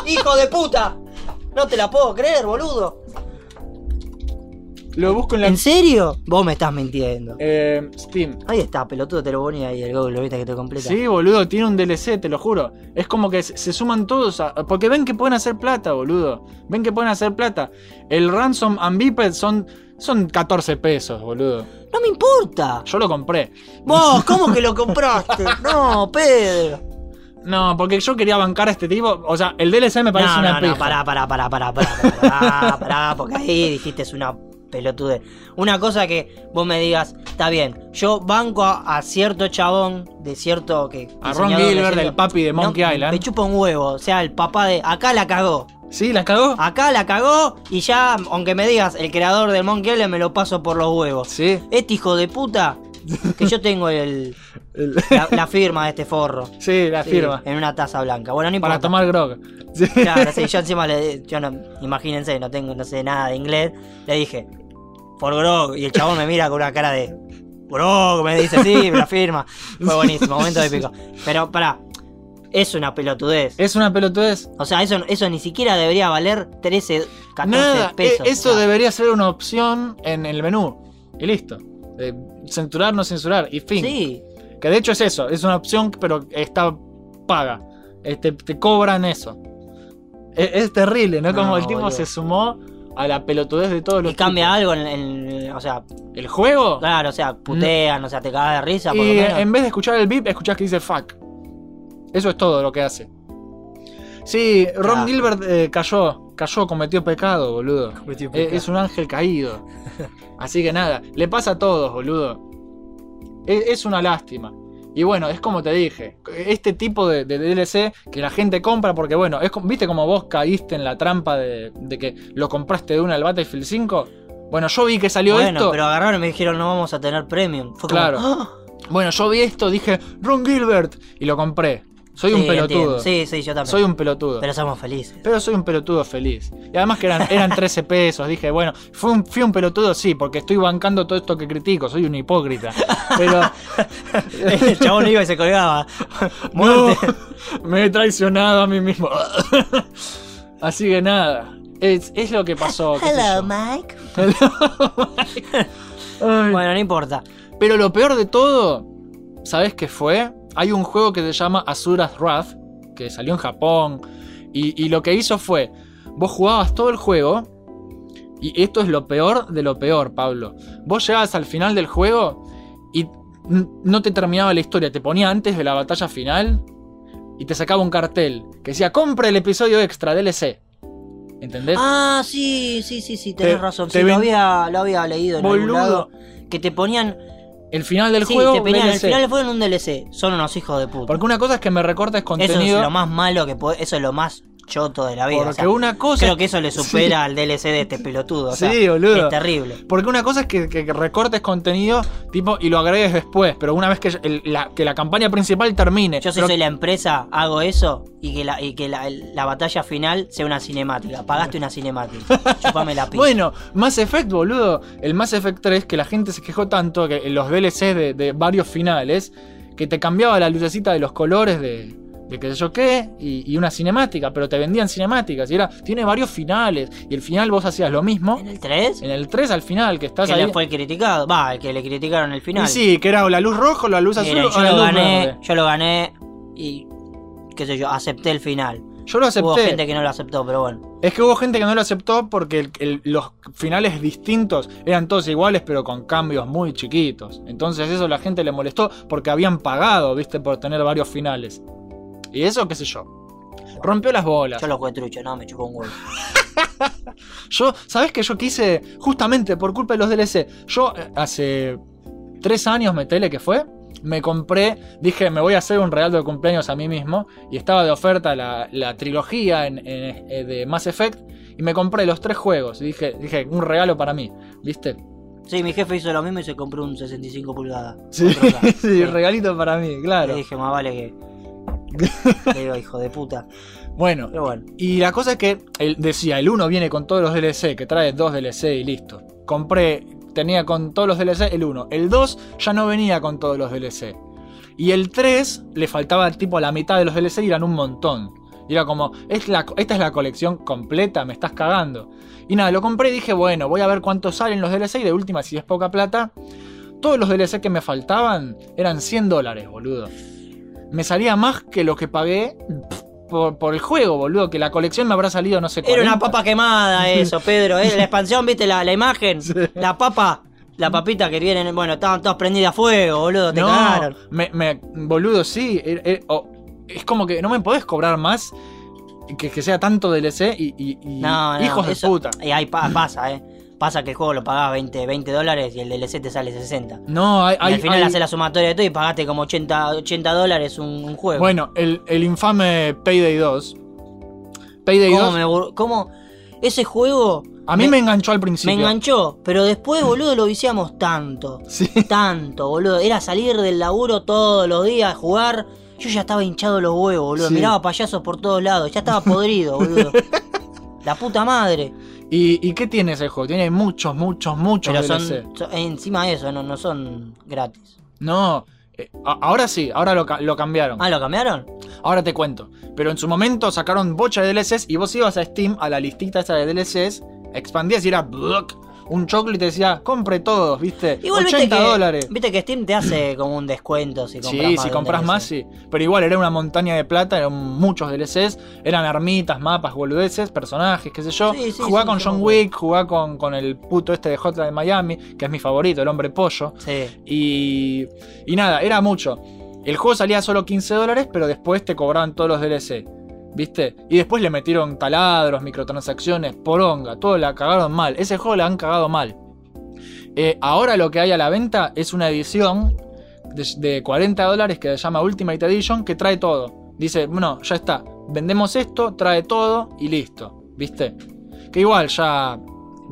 ¡Hijo de puta! No te la puedo creer, boludo.
Lo busco en la.
¿En serio? Vos me estás mintiendo.
Eh, Steam.
Ahí está, pelotudo, te lo ponía ahí el Google, viste que te completa.
Sí, boludo, tiene un DLC, te lo juro. Es como que se se suman todos. a- Porque ven que pueden hacer plata, boludo. Ven que pueden hacer plata. El Ransom and Biped son, son 14 pesos, boludo.
No me importa.
Yo lo compré.
Vos, ¿cómo que lo compraste? No, Pedro.
No, porque yo quería bancar a este tipo. O sea, el DLC me parece
no,
una
no, no,
pija.
pará, pará, pará, pará, pará, pará, pará, porque ahí dijiste es una pelotude. Una cosa que vos me digas, está bien, yo banco a, a cierto chabón de cierto que.
A
diseñador
Ron
de
Gilbert,
cierto-
el papi de Monkey
No,
Island.
Me chupa un huevo, o sea, el papá de. Acá la cagó.
¿Sí? ¿La cagó?
Acá la cagó y ya, aunque me digas, el creador del Monkey Island me lo paso por los huevos.
Sí.
Este hijo de puta, que yo tengo el,
El-
la, la firma de este forro.
Sí, la
Sí,
firma.
En una taza blanca. Bueno, no
Para
importa.
tomar grog. Sí.
Claro, sí, yo encima le yo no, imagínense, no tengo, no sé nada de inglés, le dije, for grog, y el chabón me mira con una cara de grog, me dice, sí, me la firma. Fue buenísimo, momento épico. Pero pará, es una pelotudez.
Es una pelotudez.
O sea, eso, eso ni siquiera debería valer 13, 14
Nada,
pesos.
eh, eso
o sea.
debería ser una opción en el menú. Y listo. Eh, censurar, no censurar. Y fin.
Sí,
Que de hecho es eso. Es una opción, pero está paga. Eh, te, te cobran eso. Eh, Es, terrible, ¿no? Como
No,
el tipo
boludo.
se sumó a la pelotudez de todos los.
y cambia algo en, en- O sea,
tipos. ¿El juego?
claro, o sea, putean, o sea, te cagas de risa, por lo
Y eh, em,
menos.
en vez de escuchar el beep, escuchás que dice fuck. Eso es todo lo que hace. Sí, Ron
Ah.
Gilbert eh, cayó, cayó, cometió pecado, boludo.
Cometió
Eh,
pecado.
es un ángel caído. Así que nada, le pasa a todos, boludo. E- Es, una lástima. Y bueno, es como te dije, este tipo de, de DLC que la gente compra porque bueno, es, como- viste como vos caíste en la trampa de, de que lo compraste de una al Battlefield 5. Bueno, yo vi que salió
Bueno,
esto.
pero agarraron y me dijeron, no vamos a tener premium. Fue como,
Claro.
¡Ah!
Bueno, yo vi esto, dije, Ron Gilbert, y lo compré. Soy un
Sí, entiendo.
pelotudo.
Sí, sí, yo también.
Soy un pelotudo.
Pero
Pero...
somos felices.
soy un pelotudo feliz. Y además que eran, eran 13 pesos. Dije, bueno, fui un, fui un pelotudo, sí, porque estoy bancando todo esto que critico. Soy un hipócrita. Pero.
El chabón iba y se colgaba. Muerte.
No, me he traicionado a mí mismo. Así que nada. Es, es lo que pasó. Oh, qué sé yo.
Mike.
Ay.
Bueno, no importa.
Pero lo peor de todo, ¿sabes qué fue? Hay un juego que se llama Asura's Wrath, que salió en Japón, y, y lo que hizo fue, vos jugabas todo el juego, y esto es lo peor de lo peor, Pablo. Vos llegabas al final del juego y n- no te terminaba la historia, te ponía antes de la batalla final y te sacaba un cartel que decía, compra el episodio extra DLC. ¿Entendés?
Ah, sí, sí, sí, sí, tenés
Te-
razón.
te
Sí,
ven-
lo, había, lo había leído en algún
Boludo.
lado. Que te ponían.
el final del
sí,
juego...
te ponían. Al
DLC.
final fueron un DLC. Son unos hijos de puta.
Porque una cosa es que me recortes
Eso
contenido...
es lo más malo que puede. Eso es lo más choto de la vida.
Porque
o sea,
una cosa.
creo que eso le supera al DLC de este pelotudo. o sea,
Sí, boludo.
Es terrible.
este, Porque una cosa es que, que recortes contenido tipo y lo agregues después, pero una vez que, el- la, que la campaña principal termine.
Yo si
Pero-
soy la empresa, hago eso y que la, y que la, la batalla final sea una cinemática. Pagaste una cinemática. Chupame la pizza.
Bueno, Mass Effect, boludo. El Mass Effect 3, que la gente se quejó tanto que en los DLC de, de varios finales, que te cambiaba la lucecita de los colores de, de qué sé yo qué, y, y una cinemática, pero te vendían cinemáticas. Y era, tiene varios finales, y el final vos hacías lo mismo.
¿En el 3?
En el 3 al final, que estás
Que
ahí.
le fue el criticado. Va, el que le criticaron el
Y
final.
sí, que era o la luz roja, o la luz azul,
Mira,
o
yo
la
lo
luz
gané,
verde.
yo lo gané y qué sé yo, acepté el final.
Yo lo acepté.
Hubo gente que no lo aceptó, pero bueno.
Es que hubo gente que no lo aceptó porque el- el- los finales distintos eran todos iguales, pero con cambios muy chiquitos. Entonces, eso la gente le molestó porque habían pagado, viste, por tener varios finales. Y eso, qué sé yo. Rompió las bolas.
Yo lo jugué trucho, no, me chupó un huevo.
Yo, ¿sabes que yo quise, justamente por culpa de los DLC? Yo eh, hace tres años, metele que fue, me compré, dije, me voy a hacer un regalo de cumpleaños a mí mismo. Y estaba de oferta la, la trilogía en- en- eh, de Mass Effect. Y me compré los tres juegos. Y dije, dije, un regalo para mí, ¿viste?
Sí, mi jefe hizo lo mismo y se compró un 65 pulgadas.
Sí,
Otro acá.
sí, regalito para mí,
Le
claro.
dije, más vale que. Le digo, hijo de puta.
Bueno,
Pero bueno,
Y la cosa es que él decía, el 1 viene con todos los DLC, que trae dos DLC y listo. Compré, tenía con todos los DLC el 1. El 2 ya no venía con todos los DLC. Y el 3 le faltaba tipo la mitad de los DLC y eran un montón. Y era como, es la, esta es la colección completa, me estás cagando. Y nada, lo compré y dije, bueno, voy a ver cuántos salen los DLC y de última, si es poca plata. Todos los DLC que me faltaban eran 100 dólares, boludo. Me salía más que lo que pagué por, por el juego, boludo, que la colección me habrá salido, no sé
era una
40.
papa quemada eso, Pedro. ¿eh? La expansión, viste la, la imagen. La papa, la papita que viene. Bueno, estaban todas prendidas a fuego, boludo. Te cagaron.
Me, me- boludo, sí. er- er- o- es como que no me podés cobrar más que, que sea tanto DLC y, y- y-
No, no,
hijos
eso-
de puta.
Y ahí pa- pasa, ¿eh? Pasa que el juego lo pagás 20, 20 dólares y el DLC te sale 60.
No, hay,
Y
hay-
al final
hay-
haces la sumatoria de todo y pagaste como 80, 80 dólares un, un juego.
Bueno, el, el infame Payday 2. Payday
¿Cómo
2.
me bur- cómo ese juego
a mí me, enganchó al
me
principio.
enganchó, pero después, boludo, lo viciamos tanto.
Sí.
Tanto, boludo. Era salir del laburo todos los días, jugar. Yo ya estaba hinchado los huevos, boludo.
Sí.
Miraba payasos por todos lados. Ya estaba podrido, boludo. La puta madre.
¿Y, y qué tiene ese juego? Tiene muchos, muchos, muchos
Pero
DLC.
son, son- encima de eso, no, no son gratis.
No. eh, a- ahora sí, ahora lo, ca- lo cambiaron.
Ah, ¿lo cambiaron?
Ahora te cuento. Pero en su momento sacaron bocha de DLCs y vos ibas a Steam, a la listita esa de DLCs, expandías y era bloc, un choclo y te decía, compre todos, ¿viste?
Igual
80
viste que,
dólares.
Viste que Steam te hace como un descuento si compras
Sí,
más.
si
de un
compras
DLC.
más, sí. Pero igual era una montaña de plata, eran muchos DLCs, eran armitas, mapas, boludeces, personajes, qué sé yo.
Sí, sí,
jugá
sí,
con
yo
John
me acuerdo.
Wick, jugá con, con el puto este de Hotline de Miami, que es mi favorito, el hombre pollo.
Sí.
Y, y nada, era mucho. El juego salía solo 15 dólares, pero después te cobraban todos los DLC. ¿Viste? Y después le metieron taladros, microtransacciones, poronga, todo la cagaron mal. Ese juego la han cagado mal. Eh, ahora lo que hay a la venta es una edición de, de 40 dólares que se llama Ultimate Edition que trae todo. Dice, bueno, ya está, vendemos esto, trae todo y listo. ¿Viste? Que igual ya,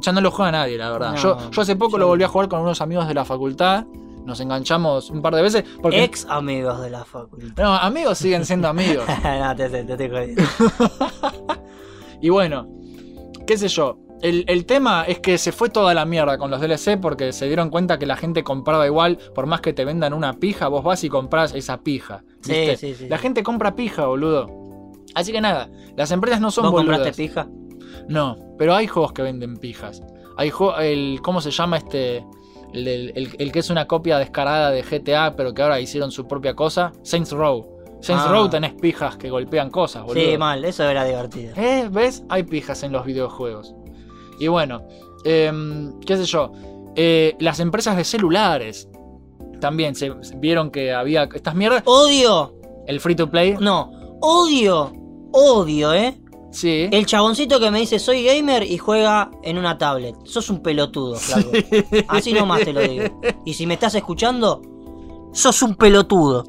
ya no lo juega nadie, la verdad.
No,
yo, yo hace poco
yo
lo
no.
volví a jugar con unos amigos de la facultad. Nos enganchamos un par de veces. Porque.
Ex amigos de la facultad.
No, amigos siguen siendo amigos.
no, te, te, te estoy jodiendo.
Y bueno, qué sé yo. El, el tema es que se fue toda la mierda con los DLC porque se dieron cuenta que la gente compraba igual, por más que te vendan una pija, vos vas y compras esa pija.
Sí,
¿viste?
sí, sí,
La
sí.
gente compra pija, boludo. Así que nada, las empresas no son
¿Vos
boludas.
compraste pija?
No, pero hay juegos que venden pijas. Hay juegos, el, ¿cómo se llama este? El, del- el- el que es una copia descarada de GTA, pero que ahora hicieron su propia cosa. Saints Row. Saints
Ah.
Row tenés pijas que golpean cosas, boludo.
Sí, mal, eso era divertido.
¿Eh? ¿Ves? Hay pijas en los videojuegos. Y bueno, em, qué sé yo. eh, las empresas de celulares también se, se- vieron que había estas mierdas.
Odio,
El free to play.
no, odio, odio, ¿eh?
Sí.
El chaboncito que me dice soy gamer y juega en una tablet. Sos un pelotudo, flaco. Así nomás te lo digo. Y si me estás escuchando, sos un pelotudo.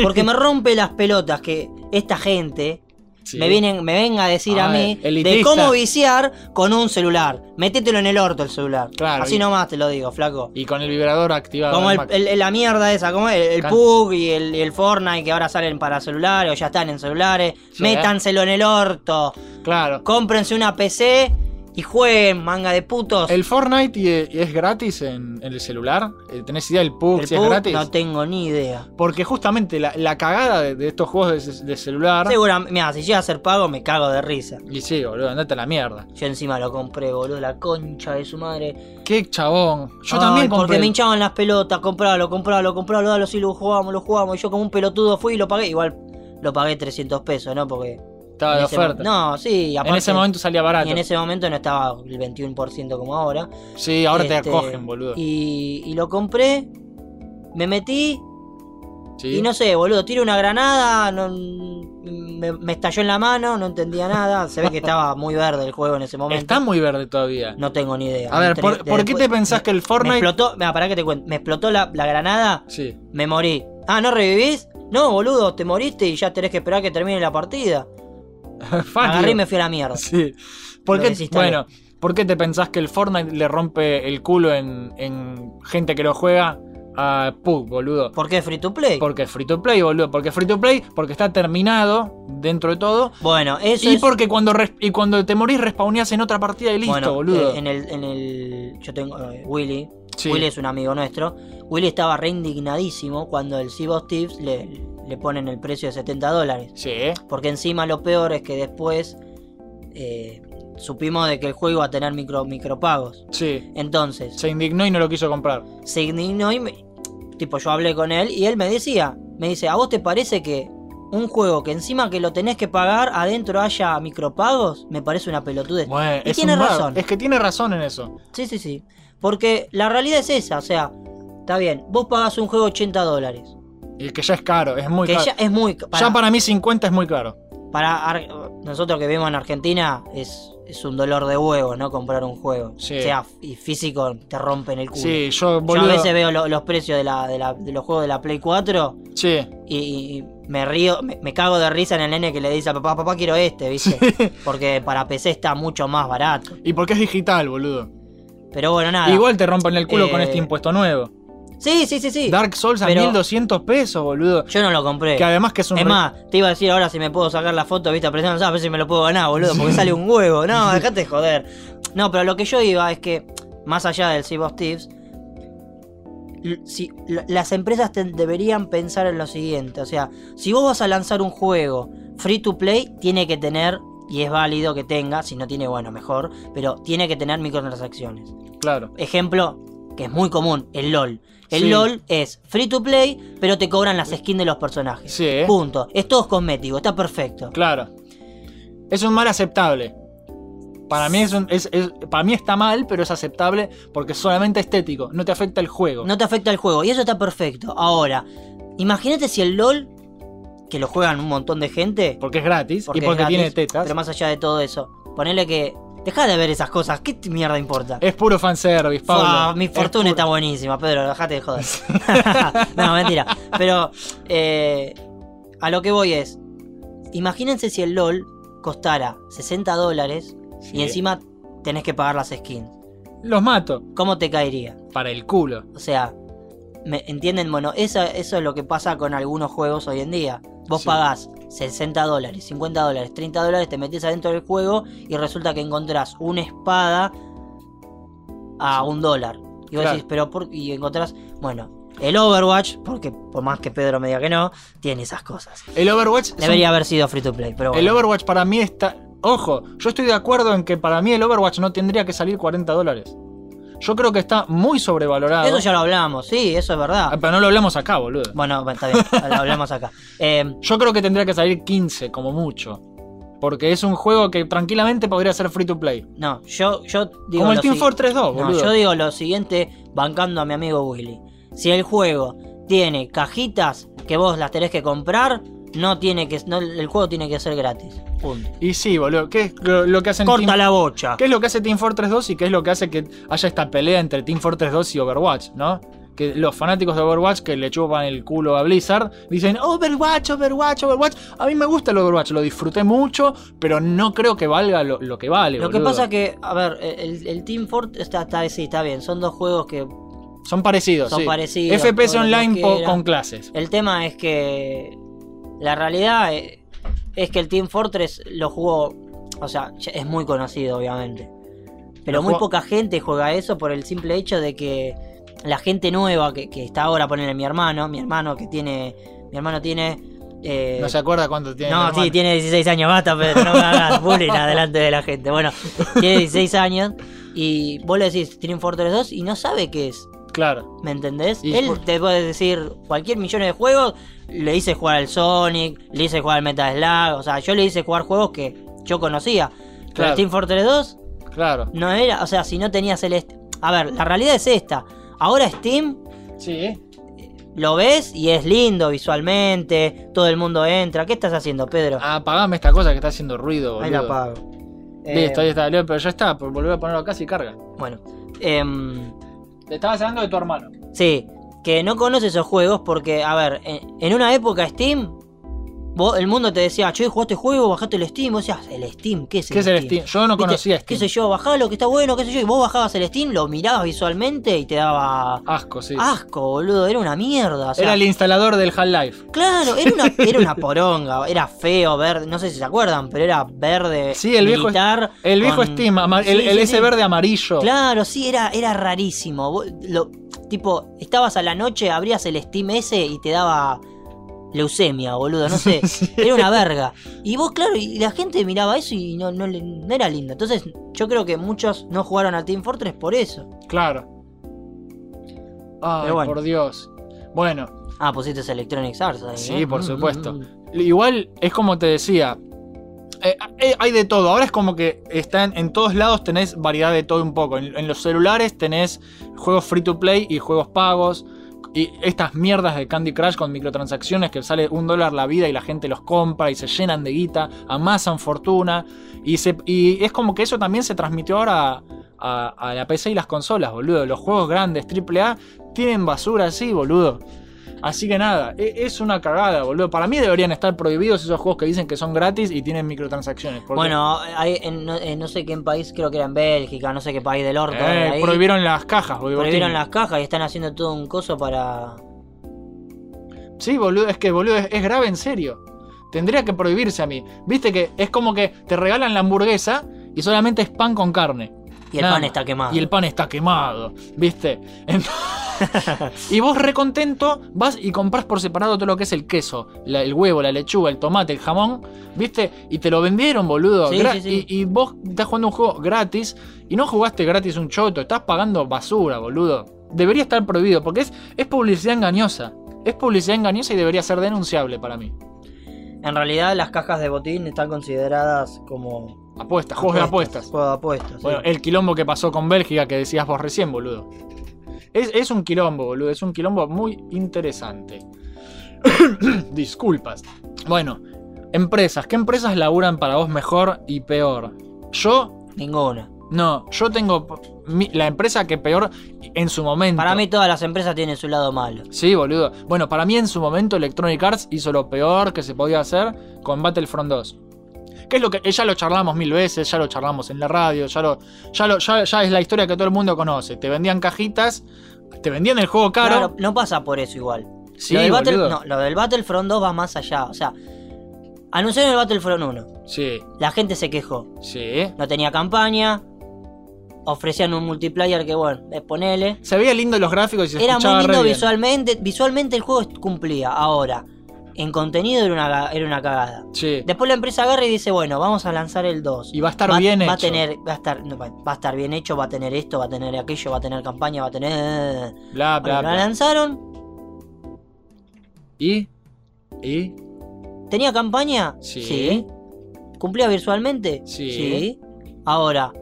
Porque me rompe las pelotas que esta gente
Sí.
me, vienen, me venga a decir a
Ah,
mí de
elitista.
cómo viciar con un celular. Métetelo en el orto el celular.
Claro,
Así
y-
nomás te lo digo, flaco.
Y con el vibrador activado.
Como
al
el,
máximo.
el- la mierda esa, como el, el
Can-
PUG y el, y el Fortnite que ahora salen para celulares o ya están en celulares.
Sí. ¿eh?
Métanselo en el orto.
Claro.
Cómprense una PC y jueguen, manga de putos.
¿El Fortnite y e- y es gratis en, en el celular? Eh, ¿Tenés idea del
El
PUBG si es
PUBG,
gratis?
no tengo ni idea.
Porque justamente la, la cagada de, de estos juegos de, ce- de celular.
Seguramente, mira, si llega a ser pago me cago de risa.
Y sí, boludo, andate a la mierda.
Yo encima lo compré, boludo, la concha de su madre.
Qué chabón. Yo
Ay,
también compré.
Porque me hinchaban las pelotas, compralo, compralo, compralo, dalo, sí, lo jugamos, lo jugamos. Y yo como un pelotudo fui y lo pagué. Igual lo pagué 300 pesos, ¿no? Porque...
Estaba
en
de
ese mo-
oferta.
No, sí, aparte...
en ese momento salía barato.
Y en ese momento no estaba el 21% como ahora.
Sí, ahora te
Este,
acogen, boludo.
Y, y lo compré, me metí
Sí.
y no sé, boludo, tiré una granada, no- me, me estalló en la mano, no entendía nada. Se ve que estaba muy verde el juego en ese momento.
Está muy verde todavía.
No tengo ni idea.
A ver,
Entré-
¿por, por qué
después-
te pensás que el
Me
Fortnite.
explotó, mira, pará que te cuento, me explotó la, la granada,
Sí.
me morí. Ah, ¿no revivís? No, boludo, te moriste y ya tenés que esperar que termine la partida.
Fácil.
Agarré y me fui a la mierda.
Sí. ¿Por
Lo
qué,
desinstalé.
bueno, ¿por qué te pensás que el Fortnite le rompe el culo en, en gente que lo juega a Pug, boludo?
¿Por qué free to play?
Porque es free to play, boludo. Porque es free to play, porque está terminado dentro de todo.
Bueno, eso
Y
es...
porque cuando, res- y cuando te morís respawneás en otra partida y listo,
bueno,
boludo.
eh, En el, en el... Yo tengo... eh, Willy.
Sí.
Willy es un amigo nuestro. Willy estaba re indignadísimo cuando el Sea of Thieves le, le ponen el precio de 70 dólares.
Sí, eh.
Porque encima lo peor es que después eh, supimos de que el juego iba a tener micro, micropagos.
sí.
Entonces,
Se indignó y no lo quiso comprar.
se indignó y me- tipo yo hablé con él y él me decía, me dice, ¿a vos te parece que un juego que encima que lo tenés que pagar adentro haya micropagos? Me parece una pelotudez.
Bueno,
Y
es
tiene
un bar.
razón.
Es que tiene razón en eso.
Sí, sí, sí. Porque la realidad es esa, o sea, está bien, vos pagás un juego 80 dólares,
Y que ya es caro, es muy
que
caro.
ya
Ya
es muy... ca-
para... mí 50 es muy caro.
para Ar- nosotros que vivimos en Argentina es, es un dolor de huevo, ¿no? Comprar un juego.
Sí.
O sea, f- y físico te rompen el culo.
Sí, yo,
Yo a
boludo.
veces veo lo- los precios de, la, de, la- de los juegos de la Play 4
Sí.
y, y me río, me, me cago de risa en el nene que le dice a papá, papá quiero este, ¿viste? Porque para PC está mucho más barato.
Y porque es digital, boludo.
Pero bueno, nada.
Igual te rompen el culo con
Eh,
este impuesto nuevo.
Sí, sí, sí, sí.
Dark Souls a
pero-
1200 pesos, boludo.
Yo no lo compré.
Que además que es un...
Es
re-
más, te iba a decir ahora si me puedo sacar la foto, viste, presión, a ver si me lo puedo ganar, boludo, porque sale un huevo. No, dejate de joder. No, pero lo que yo iba es que, más allá del Sea of Thieves, l- si, la- las empresas ten- deberían pensar en lo siguiente. O sea, si vos vas a lanzar un juego free to play, tiene que tener, y es válido que tenga, si no tiene, bueno, mejor, pero tiene que tener microtransacciones.
Claro.
Ejemplo que es muy común, el LOL. El
Sí.
LOL es free to play, pero te cobran las skins de los personajes.
Sí, eh.
Punto. Es todo cosmético, está perfecto.
Claro. Es un mal aceptable. Para mí, es un- es- es- para mí está mal, pero es aceptable porque es solamente estético. No te afecta el juego.
No te afecta el juego y eso está perfecto. Ahora, imagínate si el LOL, que lo juegan un montón de gente,
Porque es gratis y
es
porque
gratis,
tiene tetas.
Pero más allá de todo eso, ponele que. Deja de ver esas cosas, ¿qué t- mierda importa?
Es puro fanservice, Eh, Pablo.
Fua, Ah, mi
Es
fortuna
puro-
está buenísima, Pedro, dejate de joder. no, mentira. Pero eh, a lo que voy es, imagínense si el LOL costara 60 dólares
Sí.
y encima tenés que pagar las skins.
Los mato.
¿Cómo te caería?
Para el culo.
O sea, ¿me entienden? Bueno, eso, eso es lo que pasa con algunos juegos hoy en día. Vos
Sí.
pagás 60 dólares, 50 dólares, 30 dólares, te metes adentro del juego y resulta que encontrás una espada a un dólar. Y vos
Claro.
decís, pero por y encontrás, bueno, el Overwatch, porque por más que Pedro me diga que no, tiene esas cosas.
El Overwatch. es un-
Debería haber sido free to play, pero bueno.
El Overwatch para mí está. Ojo, yo estoy de acuerdo en que para mí el Overwatch no tendría que salir 40 dólares. Yo creo que está muy sobrevalorado.
Eso ya lo hablamos, sí, eso es
Ah,
verdad.
Pero no lo hablamos acá, boludo.
Bueno, bueno, está bien, lo hablamos acá. Eh,
Yo creo que tendría que salir 15 como mucho. Porque es un juego que tranquilamente podría ser free to play.
no, yo, yo digo.
como el
lo
Team
sigui-
Fortress 2,
No,
boludo.
yo digo lo siguiente, bancando a mi amigo Willy. Si el juego tiene cajitas que vos las tenés que comprar, no tiene que, no- el juego tiene que ser gratis. Punto.
Y sí, boludo. ¿Qué es lo lo que hacen
Corta
Team-
la bocha.
Ah. ¿Qué es lo que hace Team Fortress 2 y qué es lo que hace que haya esta pelea entre Team Fortress 2 y Overwatch, ¿no? Que los fanáticos de Overwatch que le chupan el culo a Blizzard dicen Overwatch, Overwatch, Overwatch. A mí me gusta el Overwatch, lo disfruté mucho, pero no creo que valga lo, lo que vale.
Lo que
boludo.
pasa que, a ver, el, el Team Fort está, está, sí, está bien, son dos juegos que...
son parecidos.
son
sí.
parecidos,
FPS
todo lo que
online po-
quiera.
con clases.
El tema es que la realidad eh, es que el Team Fortress lo jugó, o sea, ya es muy conocido obviamente. Pero
Lo
muy
jugó-
poca gente juega eso por el simple hecho de que la gente nueva que, que está ahora, ponerle mi hermano, mi hermano que tiene, mi hermano tiene... eh,
No se acuerda cuánto tiene.
no,
el hermano.
sí, tiene 16 años, basta, pero no me hagas bullying adelante de la gente. Bueno, tiene 16 años y vos le decís Team Fortress 2 y no sabe qué es.
Claro.
¿Me entendés?
Y
Él
por-
te puede decir cualquier millón de juegos. Le hice jugar al Sonic, le hice jugar al Metal Slug. O sea, yo le hice jugar juegos que yo conocía. Pero
Claro.
el Team Fortress 2
Claro.
no era. O sea, si no tenías el. est- A ver, la realidad es esta. Ahora Steam
Sí. ¿eh?
lo ves y es lindo visualmente. Todo el mundo entra. ¿Qué estás haciendo, Pedro?
Apagame esta cosa que está haciendo ruido, Ah, boludo.
Ah. Ahí la apago. Eh,
Listo, ahí está, Leo, pero ya está. Volver a ponerlo acá si carga.
Bueno. em,
Te estabas hablando de tu hermano.
Sí, que no conoce esos juegos porque, a ver, en, en una época Steam, vos- el mundo te decía, che, jugaste este juego, bajaste el Steam, vos decías, el Steam, ¿qué es el
¿Qué es el Steam? Yo no
Viste,
conocía
¿Qué
Steam.
sé yo? Bajalo, que está bueno, qué sé yo. Y vos bajabas el Steam, lo mirabas visualmente y te daba
Asco, sí.
asco, boludo. Era una mierda. o Ah, sea,
Era el instalador del Half-Life.
Claro, era una, era una poronga. Era feo, verde. No sé si se acuerdan, pero era verde.
Sí, el viejo-
militar,
El viejo
con-
Steam, ama- el,
Sí,
el
sí,
ese
sí.
verde amarillo.
Claro, sí, era, era rarísimo. Vos- lo- tipo, estabas a la noche, abrías el Steam ese y te daba leucemia, boludo, no sé. Era una verga. Y vos, claro, y la gente miraba eso y no, no, le- no era lindo. Entonces, yo creo que muchos no jugaron a Team Fortress por eso.
Claro. Ay,
Pero bueno.
por Dios. Bueno,
Ah, pusiste ese Electronic Arts ahí.
Sí,
¿eh?
por
Mm,
supuesto.
mm,
igual es como te decía. eh, eh, hay de todo. Ahora es como que está en, en todos lados tenés variedad de todo un poco. En, en los celulares tenés juegos free to play y juegos pagos. Y estas mierdas de Candy Crush con microtransacciones que sale un dólar la vida y la gente los compra y se llenan de guita, amasan fortuna. Y, se, y es como que eso también se transmitió ahora a, a- a la PC y las consolas, boludo. Los juegos grandes AAA tienen basura así, boludo. Así que nada, e- es una cagada, boludo. Para mí deberían estar prohibidos esos juegos que dicen que son gratis y tienen microtransacciones. porque,
Bueno, hay- en, no, en no sé qué país, creo que era en Bélgica, no sé qué país del orto.
eh,
ahí
prohibieron las cajas, boludo.
prohibieron las cajas y están haciendo todo un coso para.
Sí, boludo, es que, boludo, es, es grave en serio. Tendría que prohibirse a mí. Viste que es como que te regalan la hamburguesa y solamente es pan con carne.
Y el
Nada
pan
más.
está quemado.
Y el pan está quemado, ¿viste? Ent- y vos recontento vas y compras por separado todo lo que es el queso, la- el huevo, la lechuga, el tomate, el jamón, ¿viste? Y te lo vendieron, boludo.
Sí,
gra-
sí, sí.
Y, y vos estás jugando un juego gratis y no jugaste gratis un choto, estás pagando basura, boludo. Debería estar prohibido porque es, es publicidad engañosa. Es publicidad engañosa y debería ser denunciable para mí.
En realidad las cajas de botín están consideradas como
Apuestas, juegos de apuestas.
Juegos de apuestas. sí.
Bueno, el quilombo que pasó con Bélgica que decías vos recién, boludo. Es, es un quilombo, boludo. Es un quilombo muy interesante. Disculpas. Bueno, empresas. ¿Qué empresas laburan para vos mejor y peor? Yo,
Ninguna.
no. Yo tengo mi- la empresa que peor en su momento.
Para mí todas las empresas tienen su lado malo.
Sí, boludo. Bueno, para mí en su momento Electronic Arts hizo lo peor que se podía hacer con Battlefront 2. Que es lo que eh, ya lo charlamos mil veces, ya lo charlamos en la radio, ya lo, ya lo, ya, ya es la historia que todo el mundo conoce. Te vendían cajitas, te vendían el juego
Claro,
caro.
no pasa por eso igual.
Sí,
lo, del Battle-
boludo.
no, lo del Battlefront 2 va más allá. O sea, anunciaron el Battlefront 1.
Sí,
La gente se quejó.
sí.
No tenía campaña. Ofrecían un multiplayer que, bueno, eh, ponele.
Se veía lindo los gráficos y se
Era
escuchaba
muy
re
lindo
bien.
visualmente. Visualmente el juego cumplía. Ahora, en contenido era una, era una cagada.
Sí.
Después la empresa agarra y dice, bueno, vamos a lanzar el 2.
Y va a estar bien
va A
hecho.
tener, va, a estar, no, va va a estar bien hecho, va a tener esto, va a tener aquello, va a tener campaña, va a tener...
Bla, bla,
Bueno, la
bla.
lanzaron,
Y. Y.
tenía campaña,
Sí.
¿Cumplía visualmente?
Sí.
Ahora,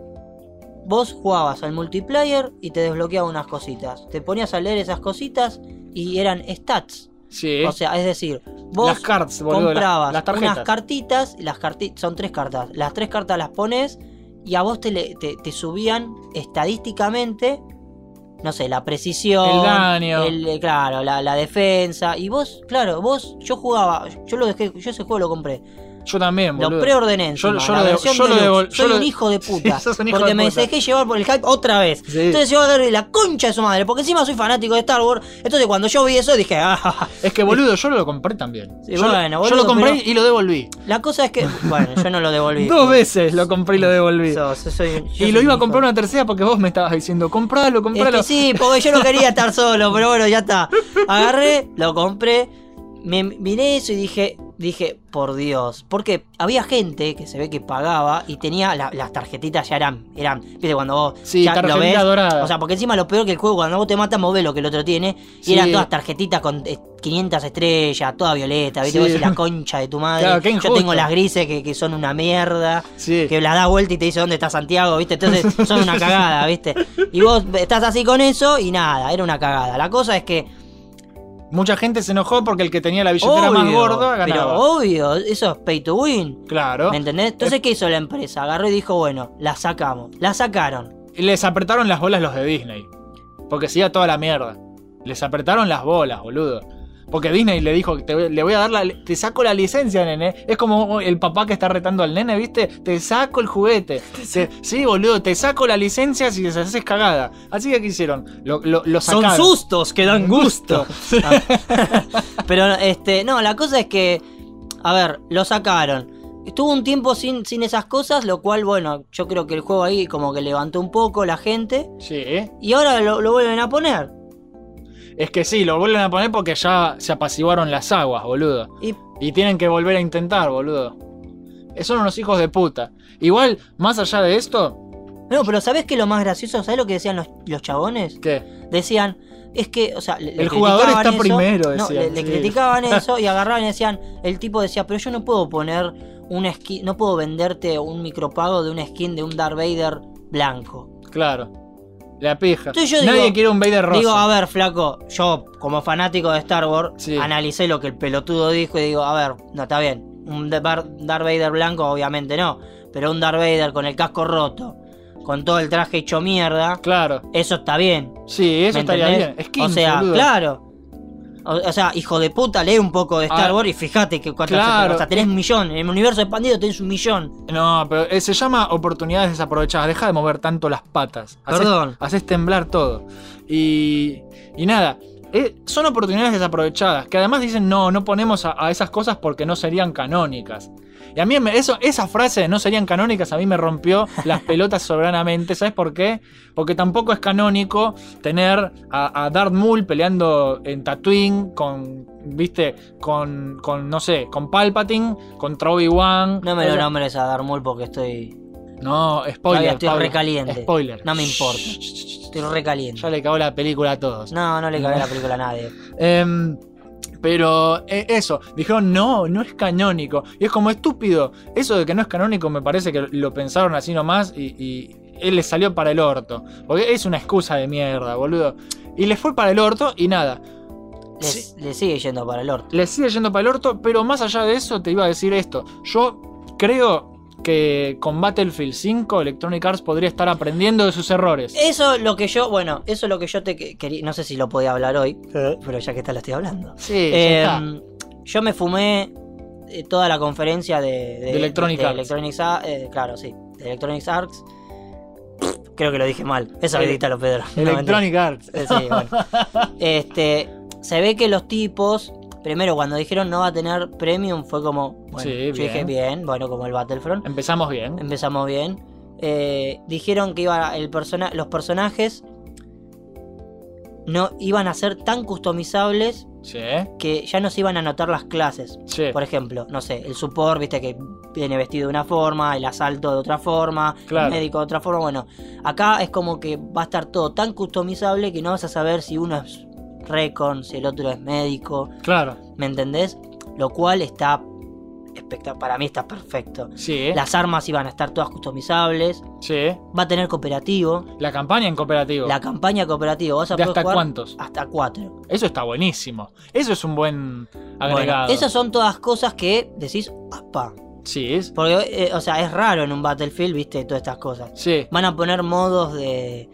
vos jugabas al multiplayer y te desbloqueaba unas cositas. Te ponías a leer esas cositas y eran stats.
Sí.
O sea, es decir, vos...
las cards, boludo. las-
comprabas
las
unas
tarjetas.
cartitas, las carti- son tres cartas, las tres cartas las pones y a vos te, le- te, te subían estadísticamente, no sé, la precisión,
El daño.
el- eh, claro, la, la defensa, y vos, claro, vos, yo jugaba, yo lo dejé, yo ese juego lo compré,
Yo también,
lo
boludo.
preordené, encima,
Yo- yo
la
lo de-
versión
yo lo
deluxe.
devol- yo
soy
lo-
un hijo de
Sí,
puta,
sos un hijo
porque
de
me
puta.
dejé llevar por el hype otra vez,
Sí.
entonces yo agarré la concha de su madre, porque encima soy fanático de Star Wars, entonces cuando yo vi eso dije, ah,
Es que, boludo, yo lo compré también.
Sí,
yo, lo-
bueno,
yo
boludo,
lo compré
pero-
y lo devolví.
la cosa es que, bueno, yo no lo devolví.
Dos veces lo compré y lo devolví.
So- so- soy- yo
y
soy
lo iba a
un
comprar
hijo.
una tercera porque vos me estabas diciendo, compralo,
Es
compralo.
que sí, porque yo no quería estar solo, pero bueno, ya está. Agarré, lo compré, me miré eso y dije, dije, por Dios. Porque había gente que se ve que pagaba y tenía la- las tarjetitas ya eran, eran, viste, cuando vos
Sí,
ya lo
tarjetita
ves.
dorada.
O sea, porque encima lo peor que el juego, cuando vos te matas, movés lo que el otro tiene. Y
Sí.
eran todas tarjetitas con eh, 500 estrellas, toda violeta, viste,
Sí.
vos decís, la concha de tu madre.
Claro, qué
yo
injusto.
tengo las grises que, que son una mierda
Sí.
que la da vuelta y te dice dónde está Santiago, ¿viste? Entonces son una cagada, ¿viste? Y vos estás así con eso y nada, era una cagada. La cosa es que.
Mucha gente se enojó porque el que tenía la billetera
Obvio,
más gorda
pero
ganaba.
obvio, eso es pay to win.
claro.
¿Me entendés? Entonces, ¿qué hizo la empresa? Agarró y dijo, bueno, la sacamos. La sacaron.
Les apretaron las bolas los de Disney. Porque se iba toda la mierda. Les apretaron las bolas, boludo. Porque Disney le dijo, te, le voy a dar la, te saco la licencia, nene. Es como oh, el papá que está retando al nene, ¿viste? Te saco el juguete. Te- sí, boludo, te saco la licencia si les haces cagada. Así que, ¿qué hicieron? Lo, lo, lo
Son
sacaron.
sustos que dan gusto. Ah. Pero este, no, la cosa es que, a ver, lo sacaron. Estuvo un tiempo sin, sin esas cosas, lo cual, bueno, yo creo que el juego ahí como que levantó un poco la gente.
Sí, ¿eh?
Y ahora lo, lo vuelven a poner.
Es que sí, lo vuelven a poner porque ya se apaciguaron las aguas, boludo.
Y
Y tienen que volver a intentar, boludo. Son unos hijos de puta. Igual, más allá de esto,
No, pero ¿sabés qué lo más gracioso? ¿Sabés lo que decían los, los chabones?
¿qué?
Decían, es que, o sea, le- le
El jugador
criticaban
está primero,
No,
decían,
le, le
sí.
criticaban eso y agarraban y decían, el tipo decía, pero yo no puedo poner una skin, no puedo venderte un micropago de una skin de un Darth Vader blanco.
Claro. La pija.
Entonces yo
Nadie
digo-
quiere un Vader rosa.
Digo, a ver, flaco, yo como fanático de Star Wars,
Sí.
analicé lo que el pelotudo dijo y digo, a ver, no está bien. Un de- Bar- Darth Vader blanco, obviamente no, pero un Darth Vader con el casco roto, con todo el traje hecho mierda,
Claro.
eso está bien.
Sí, eso
¿Me
estaría
entendés?
bien. Es 15,
O sea,
boludo.
claro. O, o sea, hijo de puta, lee un poco de Star
Ah,
Wars y fíjate que cuántas
claro.
o sea, tenés un millón. En el universo expandido tenés un millón.
No, pero eh, se llama oportunidades desaprovechadas. Deja de mover tanto las patas. Hacés-
Perdón.
Haces temblar todo. Y, y nada, eh, son oportunidades desaprovechadas. Que además dicen, no, no ponemos a, a esas cosas porque no serían canónicas. Y a mí me- eso, esa frase de no serían canónicas a mí me rompió las pelotas soberanamente. ¿Sabes por qué? Porque tampoco es canónico tener a, a Darth Maul peleando en Tatooine con, viste, con, con no sé, con Palpatine, contra Obi-Wan.
No me lo
Eso-
nombres a Darmul porque estoy.
no,
Todavía
spoiler.
estoy
Pablo.
recaliente.
Spoiler.
No me importa.
Shh, shh, shh, shh.
Estoy recaliente.
Ya le cagó la película a todos.
No, no le cagué la película a nadie.
Em, pero eh, eso, dijeron, no, no es canónico. Y es como estúpido. Eso de que no es canónico me parece que lo pensaron así nomás y, y él le salió para el orto. Porque es una excusa de mierda, boludo. Y le fue para el orto y nada.
Le,
Sí.
le sigue yendo para el orto.
le sigue yendo para el orto, pero más allá de eso te iba a decir esto. Yo creo que con Battlefield 5 Electronic Arts podría estar aprendiendo de sus errores.
Eso es lo que yo, bueno, eso es lo que yo te que- quería. No sé si lo podía hablar hoy,
Eh.
pero ya que está lo estoy hablando.
Sí,
Eh,
ya está.
yo me fumé eh, toda la conferencia de,
De Electronic Arts.
Electronic Ar- eh, claro, sí. De Electronic Arts. Creo que lo dije mal. Eso
Ele-
edita lo Pedro. No,
Eh, Electronic Arts.
mentira. Eh, sí, bueno. Este, se ve que los tipos, primero cuando dijeron no va a tener premium, fue como, bueno,
Sí,
yo dije
bien.
bien, bueno, como el Battlefront.
Empezamos bien.
Empezamos bien. Eh, dijeron que iba el persona los personajes no iban a ser tan customizables
Sí,
que ya no se iban a anotar las clases.
sí.
Por ejemplo, no sé, el support, viste que viene vestido de una forma, el asalto de otra forma,
Claro.
el médico de otra forma. Bueno, acá es como que va a estar todo tan customizable que no vas a saber si uno es recon, si el otro es médico,
Claro,
¿me entendés? Lo cual está espectacular, para mí está perfecto.
sí,
Las armas iban a estar todas customizables,
sí.
va a tener cooperativo,
La campaña en cooperativo.
la campaña cooperativa, vas a
¿De
poder
hasta
jugar
cuántos?
hasta cuatro.
Eso está buenísimo. Eso es un buen
Bueno,
agregado.
esas son todas cosas que decís, apa,
Sí, es-
Porque, eh, o sea, es raro en un Battlefield, viste, todas estas cosas.
sí,
Van a poner modos de,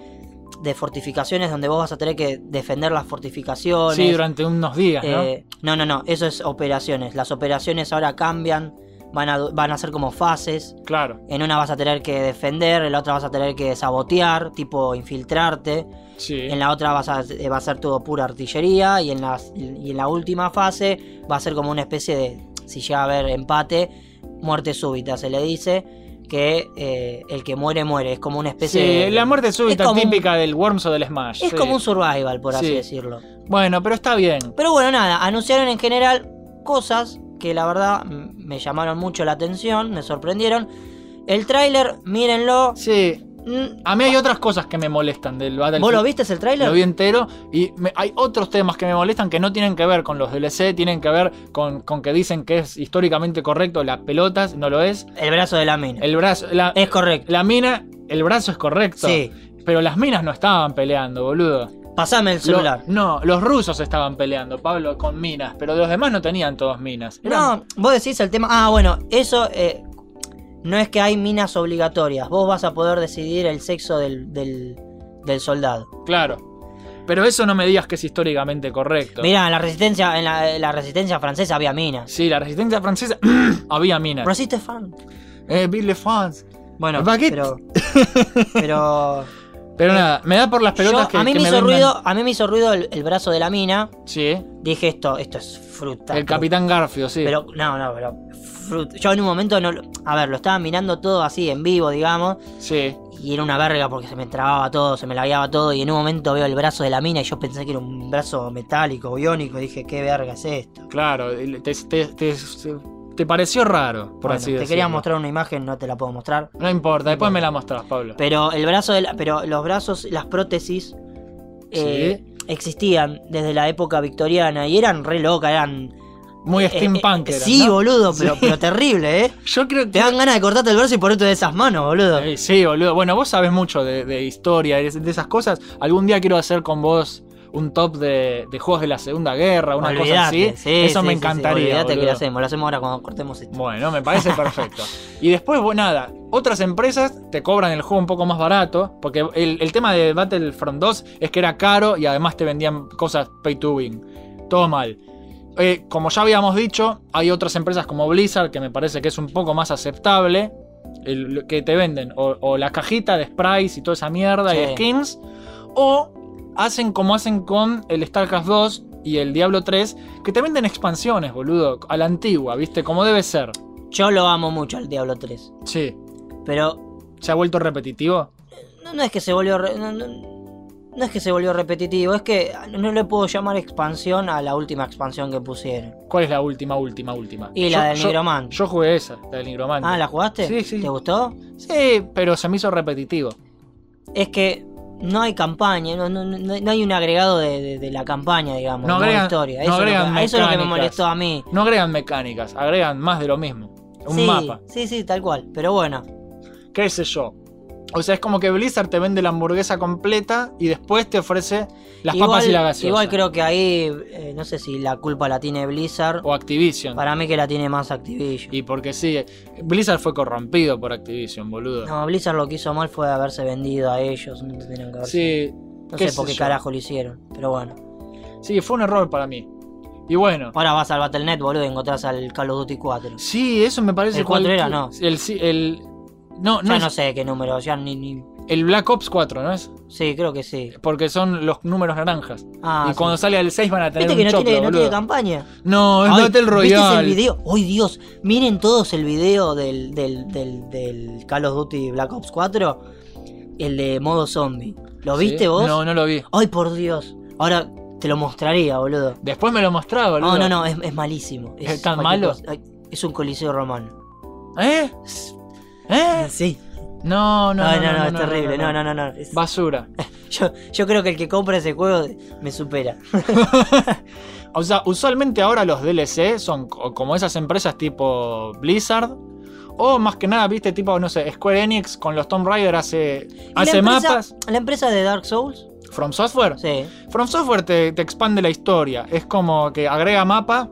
de fortificaciones donde vos vas a tener que defender las fortificaciones.
sí, durante unos días, ¿no?
Eh, no, no, no, eso es operaciones. Las operaciones ahora cambian, van a, van a ser como fases.
Claro,
En una vas a tener que defender, en la otra vas a tener que sabotear, tipo infiltrarte.
sí.
En la otra vas a, eh, va a ser todo pura artillería y en, las- y en la última fase va a ser como una especie de, si llega a haber empate, muerte súbita, se le dice que eh, el que muere muere, es como una
Sí,
especie de...
la muerte súbita
como un-
típica del Worms o del Smash.
es
sí.
como un survival, por así
Sí.
decirlo.
Bueno, pero está bien.
Pero bueno, nada, anunciaron en general cosas que la verdad mm, me llamaron mucho la atención, me sorprendieron. El tráiler, mírenlo.
Sí,
Mm,
a mí hay otras cosas que me molestan del Battlefield.
¿Vos lo viste el tráiler?
Lo vi entero y me- hay otros temas que me molestan que no tienen que ver con los DLC, tienen que ver con, con que dicen que es históricamente correcto las pelotas, no lo es.
El brazo de la mina.
El brazo, la,
Es correcto.
la mina, el brazo es correcto.
Sí.
Pero las minas no estaban peleando, boludo.
Pasame el
Lo-
celular.
no, los rusos estaban peleando, Pablo, con minas, pero los demás no tenían todos minas. Eran-
No, vos decís el tema. Ah, bueno, eso eh, no es que hay minas obligatorias. Vos vas a poder decidir el sexo del, del, del soldado.
Claro. Pero eso no me digas que es históricamente correcto.
Mirá, en la resistencia, en la, en la resistencia francesa había minas.
Sí, la resistencia francesa había minas.
Rosita fan.
Eh, Bill France.
Bueno,
Baguette.
pero. Pero.
Pero nada, me da por las pelotas
Eh, yo-
que
a mí
que
me hizo
vengan-
ruido, a mí me hizo ruido el, el brazo de la mina.
Sí,
Dije esto, esto es fruta.
el Capitán Garfio, sí.
Pero, no, no, pero. fruta. Yo en un momento no. lo- A ver, lo estaba mirando todo así en vivo, digamos.
Sí.
Y era una verga porque se me trababa todo, se me lagueaba todo. Y en un momento veo el brazo de la mina y yo pensé que era un brazo metálico, biónico. Y dije, ¿qué verga es esto?
Claro, te, te- te- te pareció raro, por
Bueno,
así
te
decirlo.
quería mostrar una imagen, no te la puedo mostrar.
No importa, después me la mostrás, Pablo.
Pero el brazo de la- pero los brazos, las prótesis eh, existían desde la época victoriana y eran re locas, eran.
Muy
eh,
steampunk.
eh,
eran,
sí,
¿no?
boludo, pero,
Sí.
pero terrible, ¿eh?
Yo creo
Te
que.
dan ganas de cortarte el brazo y ponerte de esas manos, boludo.
Eh, Sí, boludo. Bueno, vos sabés mucho de, de historia y de de esas cosas. Algún día quiero hacer con vos un top de, de juegos de la Segunda Guerra, una cosa
Olvidate,
así.
sí,
Eso
sí,
me
sí, sí,
encantaría.
olvidate que lo
boludo.
hacemos, lo hacemos ahora cuando cortemos esto.
Bueno, me parece perfecto. y después, bueno, nada, otras empresas te cobran el juego un poco más barato, porque el, el tema de Battlefront 2 es que era caro y además te vendían cosas pay to win. Todo mal. Eh, como ya habíamos dicho, hay otras empresas como Blizzard que me parece que es un poco más aceptable. el- lo que te venden o, o la cajita de sprites y toda esa mierda
Sí.
y skins. O hacen como hacen con el StarCraft 2 y el Diablo 3, que te venden expansiones, boludo, a la antigua, ¿viste? Como debe ser.
Yo lo amo mucho al Diablo 3,
Sí.
pero
¿Se ha vuelto repetitivo?
no, no es que se volvió. re- no, no- no es que se volvió repetitivo, es que no le puedo llamar expansión a la última expansión que pusieron.
¿Cuál es la última, última, última?
Y
Yo-
la del
yo-
nigromante.
Yo jugué esa, la del nigromante.
Ah, ¿la jugaste?
Sí, sí.
¿Te gustó?
Sí, pero se me hizo repetitivo.
Es que no hay campaña, no, no- no- no hay un agregado de, de- de la campaña, digamos,
No
no
agregan-
historia.
no
Eso, es lo que-
agregan
eso es lo que me
mecánicas.
molestó a mí.
No agregan mecánicas, agregan más de lo mismo. Un
sí,
mapa,
Sí, sí, tal cual. Pero bueno,
qué sé yo. O sea, es como que Blizzard te vende la hamburguesa completa y después te ofrece las papas y la gaseosa.
igual creo que ahí, eh, no sé si la culpa la tiene Blizzard.
O Activision.
Para mí que la tiene más Activision.
Y porque sí, Blizzard fue corrompido por Activision, boludo.
No, Blizzard lo que hizo mal fue haberse vendido a ellos. No tendrían que haber-
sí,
no
qué
sé por
sé
qué
yo.
carajo lo hicieron. Pero bueno.
sí, fue un error para mí. Y bueno,
Ahora vas al Battle.net, boludo, y encontrás al Call of Duty 4.
sí, eso me parece
El cuatro
cualquier-
era, no.
El, sí- el, no, no,
ya
es-
no sé qué número, ya ni... ni-
el Black Ops 4, ¿no es?
Sí, creo que sí.
Porque son los números naranjas.
Ah,
y
sí.
cuando sale el 6 van a tener
Viste
un
que no,
choclo,
tiene, no tiene
boludo.
campaña.
No, es
Ay,
Battle
¿Viste
Royale.
el video? ¡Ay, Dios! Miren todos el video del, del, del, del Call of Duty Black Ops 4. El de modo zombie. ¿Lo
¿Sí?
viste vos?
No, no lo vi.
¡Ay, por Dios! Ahora te lo mostraría, boludo.
Después me lo mostraba, boludo.
No, no, no, es, es malísimo.
¿Es tan
cualquier
malo?
cosa. Ay, Es un coliseo romano.
¿Eh? ¿Eh?
Sí.
No, no,
Ay,
no,
no, no, es terrible. No, no, no, no. Es-
Basura.
Yo, yo creo que el que compra ese juego me supera.
O sea, usualmente ahora los DLC son co- como esas empresas tipo Blizzard. O más que nada, viste, tipo, no sé, Square Enix con los Tomb Raider hace,
¿Y la
hace
empresa-
mapas.
¿La empresa de Dark Souls?
From Software.
Sí.
From Software te, te expande la historia. Es como que agrega mapa.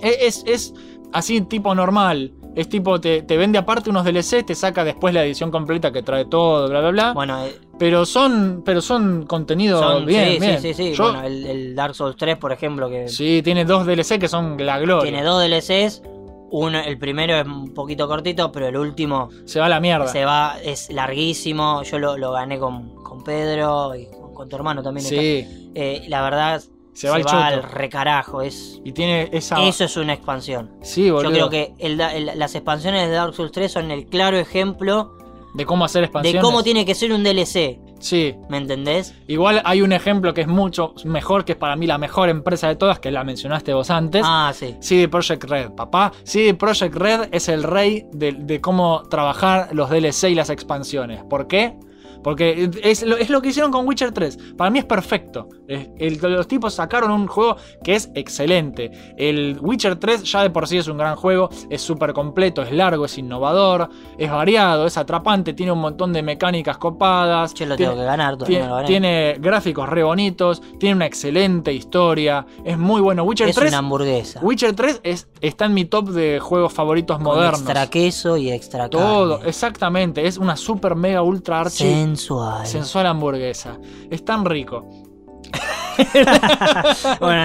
E- Es, es así tipo normal. Es tipo, te, te vende aparte unos DLC, te saca después la edición completa que trae todo, bla, bla, bla.
Bueno, eh,
Pero son, pero son contenido
Son-
bien,
sí,
bien.
sí, sí, sí.
Yo-
Bueno, el, el Dark Souls 3, por ejemplo, que
sí, tiene dos DLC que son la gloria.
tiene dos DLCs. Uno, el primero es un poquito cortito, pero el último
Se va a la mierda.
se va, es larguísimo. Yo lo, lo gané con, con Pedro y con, con tu hermano también.
Sí,
está. Eh, la verdad, se,
se va al
al
choto.
recarajo. Es,
Y tiene esa.
Eso es una expansión.
sí, boludo.
Yo creo que el da- el- las expansiones de Dark Souls 3 son el claro ejemplo
De cómo hacer
de
expansiones.
cómo tiene que ser un DLC.
Sí.
¿Me entendés?
Igual hay un ejemplo que es mucho mejor, que es para mí la mejor empresa de todas, que la mencionaste vos antes.
Ah, sí.
CD Projekt Red, papá. CD Projekt Red es el rey de, de cómo trabajar los DLC y las expansiones. ¿Por qué? Porque es lo, es lo que hicieron con Witcher 3. Para mí es perfecto. Es- el- los tipos sacaron un juego que es excelente. El Witcher 3 ya de por sí es un gran juego. Es súper completo, es largo, es innovador, es variado, es atrapante, tiene un montón de mecánicas copadas.
Yo lo
tiene-
tengo que ganar, todavía
tiene,
no lo gané.
tiene gráficos re bonitos, tiene una excelente historia, es muy bueno. Witcher
es
3
una hamburguesa.
Witcher 3 es- está en mi top de juegos favoritos
con
modernos.
Extra queso y extra
Todo,
carne.
exactamente. Es una super mega ultra archi
sensual.
sensual hamburguesa. Es tan rico.
bueno,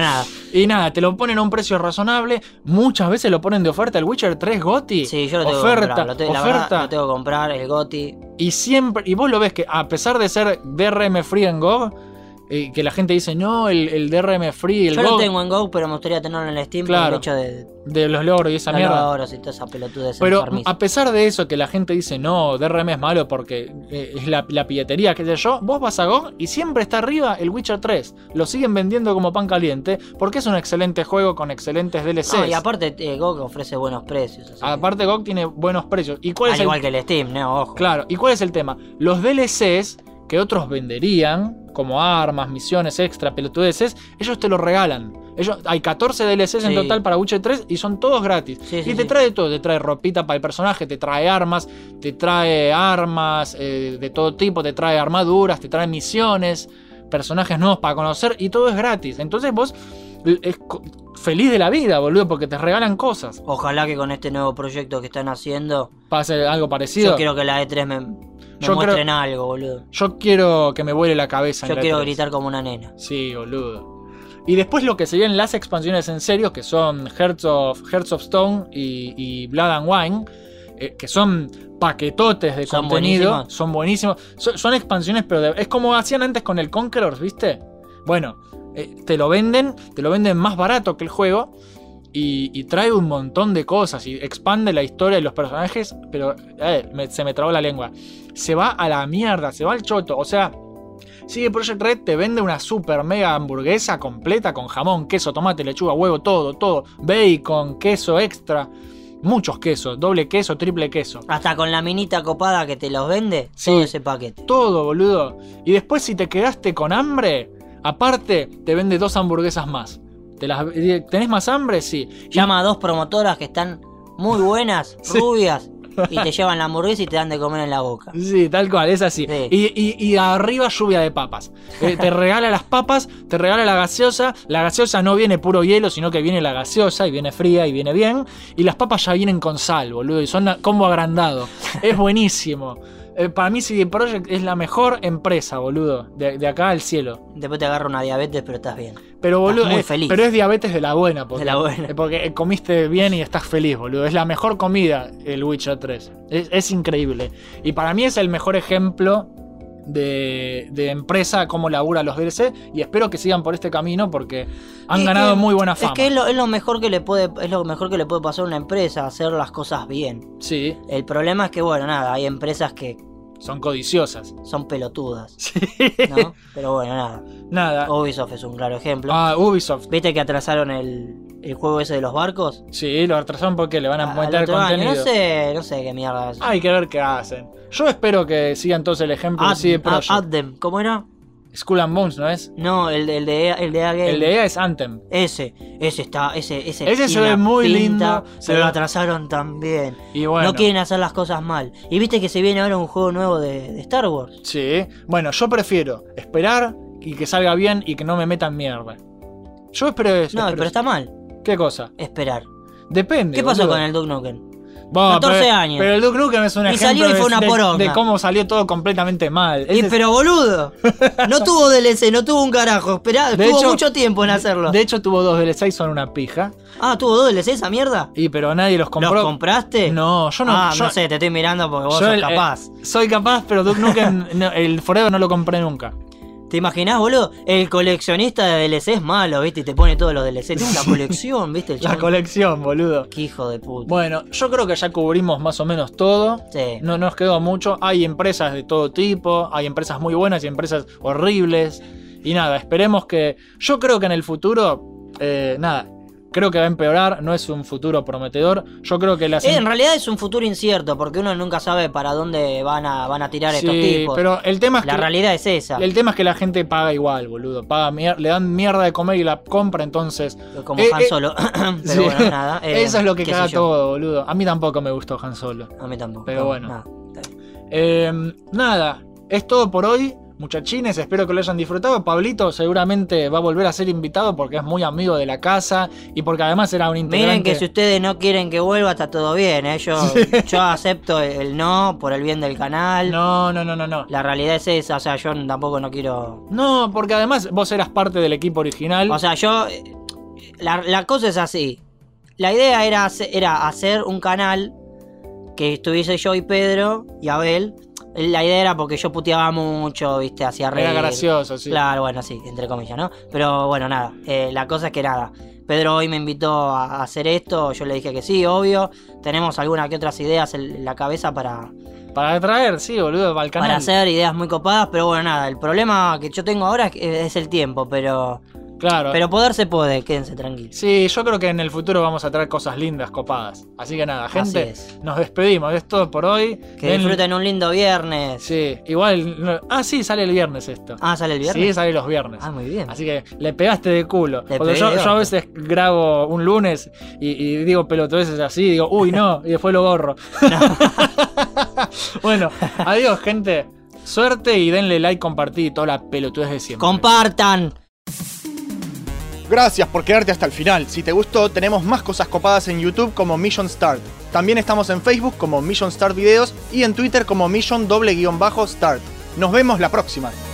nada.
Y nada, te lo ponen a un precio razonable. Muchas veces lo ponen de oferta. El Witcher 3 Gotti.
Sí, yo lo tengo
oferta,
que comprar. Lo te- la verdad,
oferta.
lo tengo que comprar, el Goti.
Y siempre. Y vos lo ves que a pesar de ser DRM Free en GOG, eh, que la gente dice, no, el, el DRM Free, el
Yo lo
GOG
tengo en Go, pero me gustaría tenerlo en el Steam
Claro.
por el hecho de
de los logros y esa mierda.
logros y toda esa pelotudez
Pero
enfermiza.
a pesar de eso, que la gente dice, no, DRM es malo porque eh, es la, la pilletería, qué sé yo, vos vas a GOG y siempre está arriba el Witcher 3. Lo siguen vendiendo como pan caliente porque es un excelente juego con excelentes DLCs.
No, y aparte eh, Go que ofrece buenos precios. así que-
Aparte, GOG tiene buenos precios. ¿Y cuál
al
es el
igual que el Steam, ¿no? Ojo.
Claro, ¿y cuál es el tema? Los DLCs que otros venderían, como armas, misiones extra, pelotudeces, ellos te los regalan. Ellos, hay 14 DLCs en
Sí.
total para Witcher 3 y son todos gratis.
Sí,
y
sí,
te
sí.
trae todo, te trae ropita para el personaje, te trae armas, te trae armas eh, de todo tipo, te trae armaduras, te trae misiones, personajes nuevos para conocer y todo es gratis. Entonces vos l- es co- feliz de la vida, boludo, porque te regalan cosas.
Ojalá que con este nuevo proyecto que están haciendo,
Pase algo parecido.
yo quiero que la E3 me, me
Yo
muestren algo, boludo.
Yo quiero que me vuele la cabeza. en
Yo
la
quiero
E3.
gritar como una nena.
Sí, boludo. Y después lo que serían las expansiones en serio, que son Hearts of, Hearts of Stone y, y Blood and Wine, eh, que son paquetotes de
Son
contenido,
buenísimas.
son buenísimos. Son, son expansiones, pero de- es como hacían antes con el Conqueror, ¿viste? Bueno, eh, te lo venden, te lo venden más barato que el juego. Y, y trae un montón de cosas y expande la historia y los personajes, pero eh, me- se me trabó la lengua. Se va a la mierda, se va al choto. O sea, Sigue Project Red te vende una super mega hamburguesa completa con jamón, queso, tomate, lechuga, huevo, todo, todo. Bacon, queso extra. Muchos quesos, doble queso, triple queso.
Hasta con la minita copada que te los vende,
Sí.
todo ese paquete.
Todo, boludo. Y después si te quedaste con hambre, aparte te vende dos hamburguesas más. ¿Te las, eh, ¿Tenés más hambre? Sí.
Llama a dos promotoras que están muy buenas,
Sí.
rubias, y te llevan la hamburguesa y te dan de comer en la boca.
Sí, tal cual, es así.
Sí.
Y, y- y arriba lluvia de papas. Eh, te regala las papas, te regala la gaseosa. La gaseosa no viene puro hielo, sino que viene la gaseosa y viene fría y viene bien. Y las papas ya vienen con sal, boludo. Y son la- combo agrandado. Es buenísimo. Eh, para mí CD Projekt es la mejor empresa, boludo. De, de acá al cielo.
Después te agarra una diabetes, pero estás bien.
Pero,
Estás
boludo,
muy
eh,
feliz.
pero es diabetes de la buena. Porque,
De la buena.
eh, Porque eh, comiste bien y estás feliz, boludo. Es la mejor comida el Witcher 3. Es, es increíble. Y para mí es el mejor ejemplo de, de empresa, cómo labura los DLC. Y espero que sigan por este camino porque han
Es
ganado
que-
muy buena fama.
Es que es lo, es lo mejor que le puede, es lo mejor que le puede pasar a una empresa, hacer las cosas bien.
Sí,
El problema es que, bueno, nada, hay empresas que
son codiciosas.
son pelotudas. ¿no? Pero bueno, nada.
Nada.
Ubisoft es un claro ejemplo.
Ah, Ubisoft.
¿Viste que atrasaron el, el juego ese de los barcos?
Sí, lo atrasaron porque le van a
Al
aumentar
otro año.
contenido.
No sé, no sé qué mierda es.
Hay que ver qué hacen. Yo espero que sigan todos el ejemplo de
Ad-
CD
Ad-
Projekt.
Addem, ¿cómo era?
Skull and Bones, ¿no es?
No, el, de- el de E el de, Agame.
El de EA es Anthem.
Ese, ese está, ese, ese.
Ese se
tiene
ve
una
muy
pinta,
lindo, se
Pero
ve-
lo atrasaron también.
Y bueno.
No quieren hacer las cosas mal. Y viste que se viene ahora un juego nuevo de, de Star Wars.
Sí. Bueno, yo prefiero esperar y que salga bien y que no me metan mierda. Yo espero eso.
No,
espero
pero
eso.
está mal.
¿Qué cosa? Esperar.
Esperar.
Depende.
¿Qué pasó
boludo.
con el Duke Nukem?
Bah,
14
pero-
años.
Pero el Duke Nukem es un
Y
ejemplo
salió y
de-
fue una
de,
poronga.
de cómo salió todo completamente mal.
Y,
Ese-
pero boludo, no tuvo DLC, no tuvo un carajo. Esperá,
De
tuvo
hecho-
mucho tiempo en hacerlo.
de hecho, tuvo dos DLC y son una pija.
Ah, tuvo dos DLC esa mierda.
Y pero nadie los compró.
¿Los compraste?
No, yo no.
Ah,
yo-
no sé, te estoy mirando porque vos
yo
sos
el-
capaz.
eh, soy capaz, pero Duke Nukem, no, el Forever no lo compré nunca.
¿Te imaginás, boludo? El coleccionista de DLC es malo, ¿viste? Y te pone todos los DLC. Tengo una colección, ¿viste? El
La
chabón.
colección, boludo.
Qué hijo de puta.
Bueno, yo creo que ya cubrimos más o menos todo.
Sí.
No nos quedó mucho. Hay empresas de todo tipo, hay empresas muy buenas y empresas horribles. Y nada, esperemos que. Yo creo que en el futuro. eh, nada, creo que va a empeorar. No es un futuro prometedor. Yo creo que las. em-
Eh, en realidad es un futuro incierto, porque uno nunca sabe para dónde van a, van a tirar estos
Sí,
tipos.
pero el tema es
La
que.
realidad es esa.
El tema es que la gente paga igual, boludo. Paga mier- le dan mierda de comer y la compra, entonces.
Como
eh,
Han
eh,
Solo. pero
Sí.
bueno, nada. eh,
Eso es lo que
qué sé
caga
yo.
todo, boludo. A mí tampoco me gustó Han Solo.
A mí tampoco.
Pero
no,
bueno.
nada.
Eh, nada, Em, es todo por hoy. Muchachines, espero que lo hayan disfrutado. Pablito seguramente va a volver a ser invitado porque es muy amigo de la casa y porque además era un integrante.
Miren que si ustedes no quieren que vuelva, está todo bien. ¿eh? Yo, yo acepto el, el no por el bien del canal.
No, no, no, no, no.
La realidad es esa. O sea, yo tampoco no quiero.
No, porque además vos eras parte del equipo original.
O sea, yo. eh, La, la cosa es así. La idea era, hace- era hacer un canal que estuviese yo y Pedro y Abel. La idea era porque yo puteaba mucho, viste, hacía reír.
era gracioso, sí.
Claro, bueno, sí, entre comillas, ¿no? Pero bueno, nada, eh, la cosa es que nada. Pedro hoy me invitó a a hacer esto, yo le dije que sí, obvio. Tenemos alguna que otras ideas en la cabeza para,
Para traer, sí, boludo, para el canal.
para hacer ideas muy copadas, pero bueno, nada, el problema que yo tengo ahora es, que- es el tiempo, pero,
Claro.
pero poder se puede, quédense tranquilos.
Sí, yo creo que en el futuro vamos a traer cosas lindas, copadas. Así que nada, gente,
es.
nos despedimos. Es todo por hoy.
Que
Den-
disfruten un lindo viernes.
Sí, igual. no- Ah, sí, sale el viernes esto.
Ah, sale el
Sí,
viernes.
sale los viernes.
ah, muy bien.
Así que le pegaste de culo.
Le
Porque
pegué
yo,
de
yo a
onda.
veces grabo un lunes y, y digo pelotudeces así, digo, uy, no, y después lo borro. bueno, adiós, gente. Suerte y denle like, compartí y toda la pelotudez de siempre.
Compartan.
Gracias por quedarte hasta el final. Si te gustó, tenemos más cosas copadas en YouTube como Mission Start. También estamos en Facebook como Mission Start Videos y en Twitter como Mission doble guión bajo Start. Nos vemos la próxima.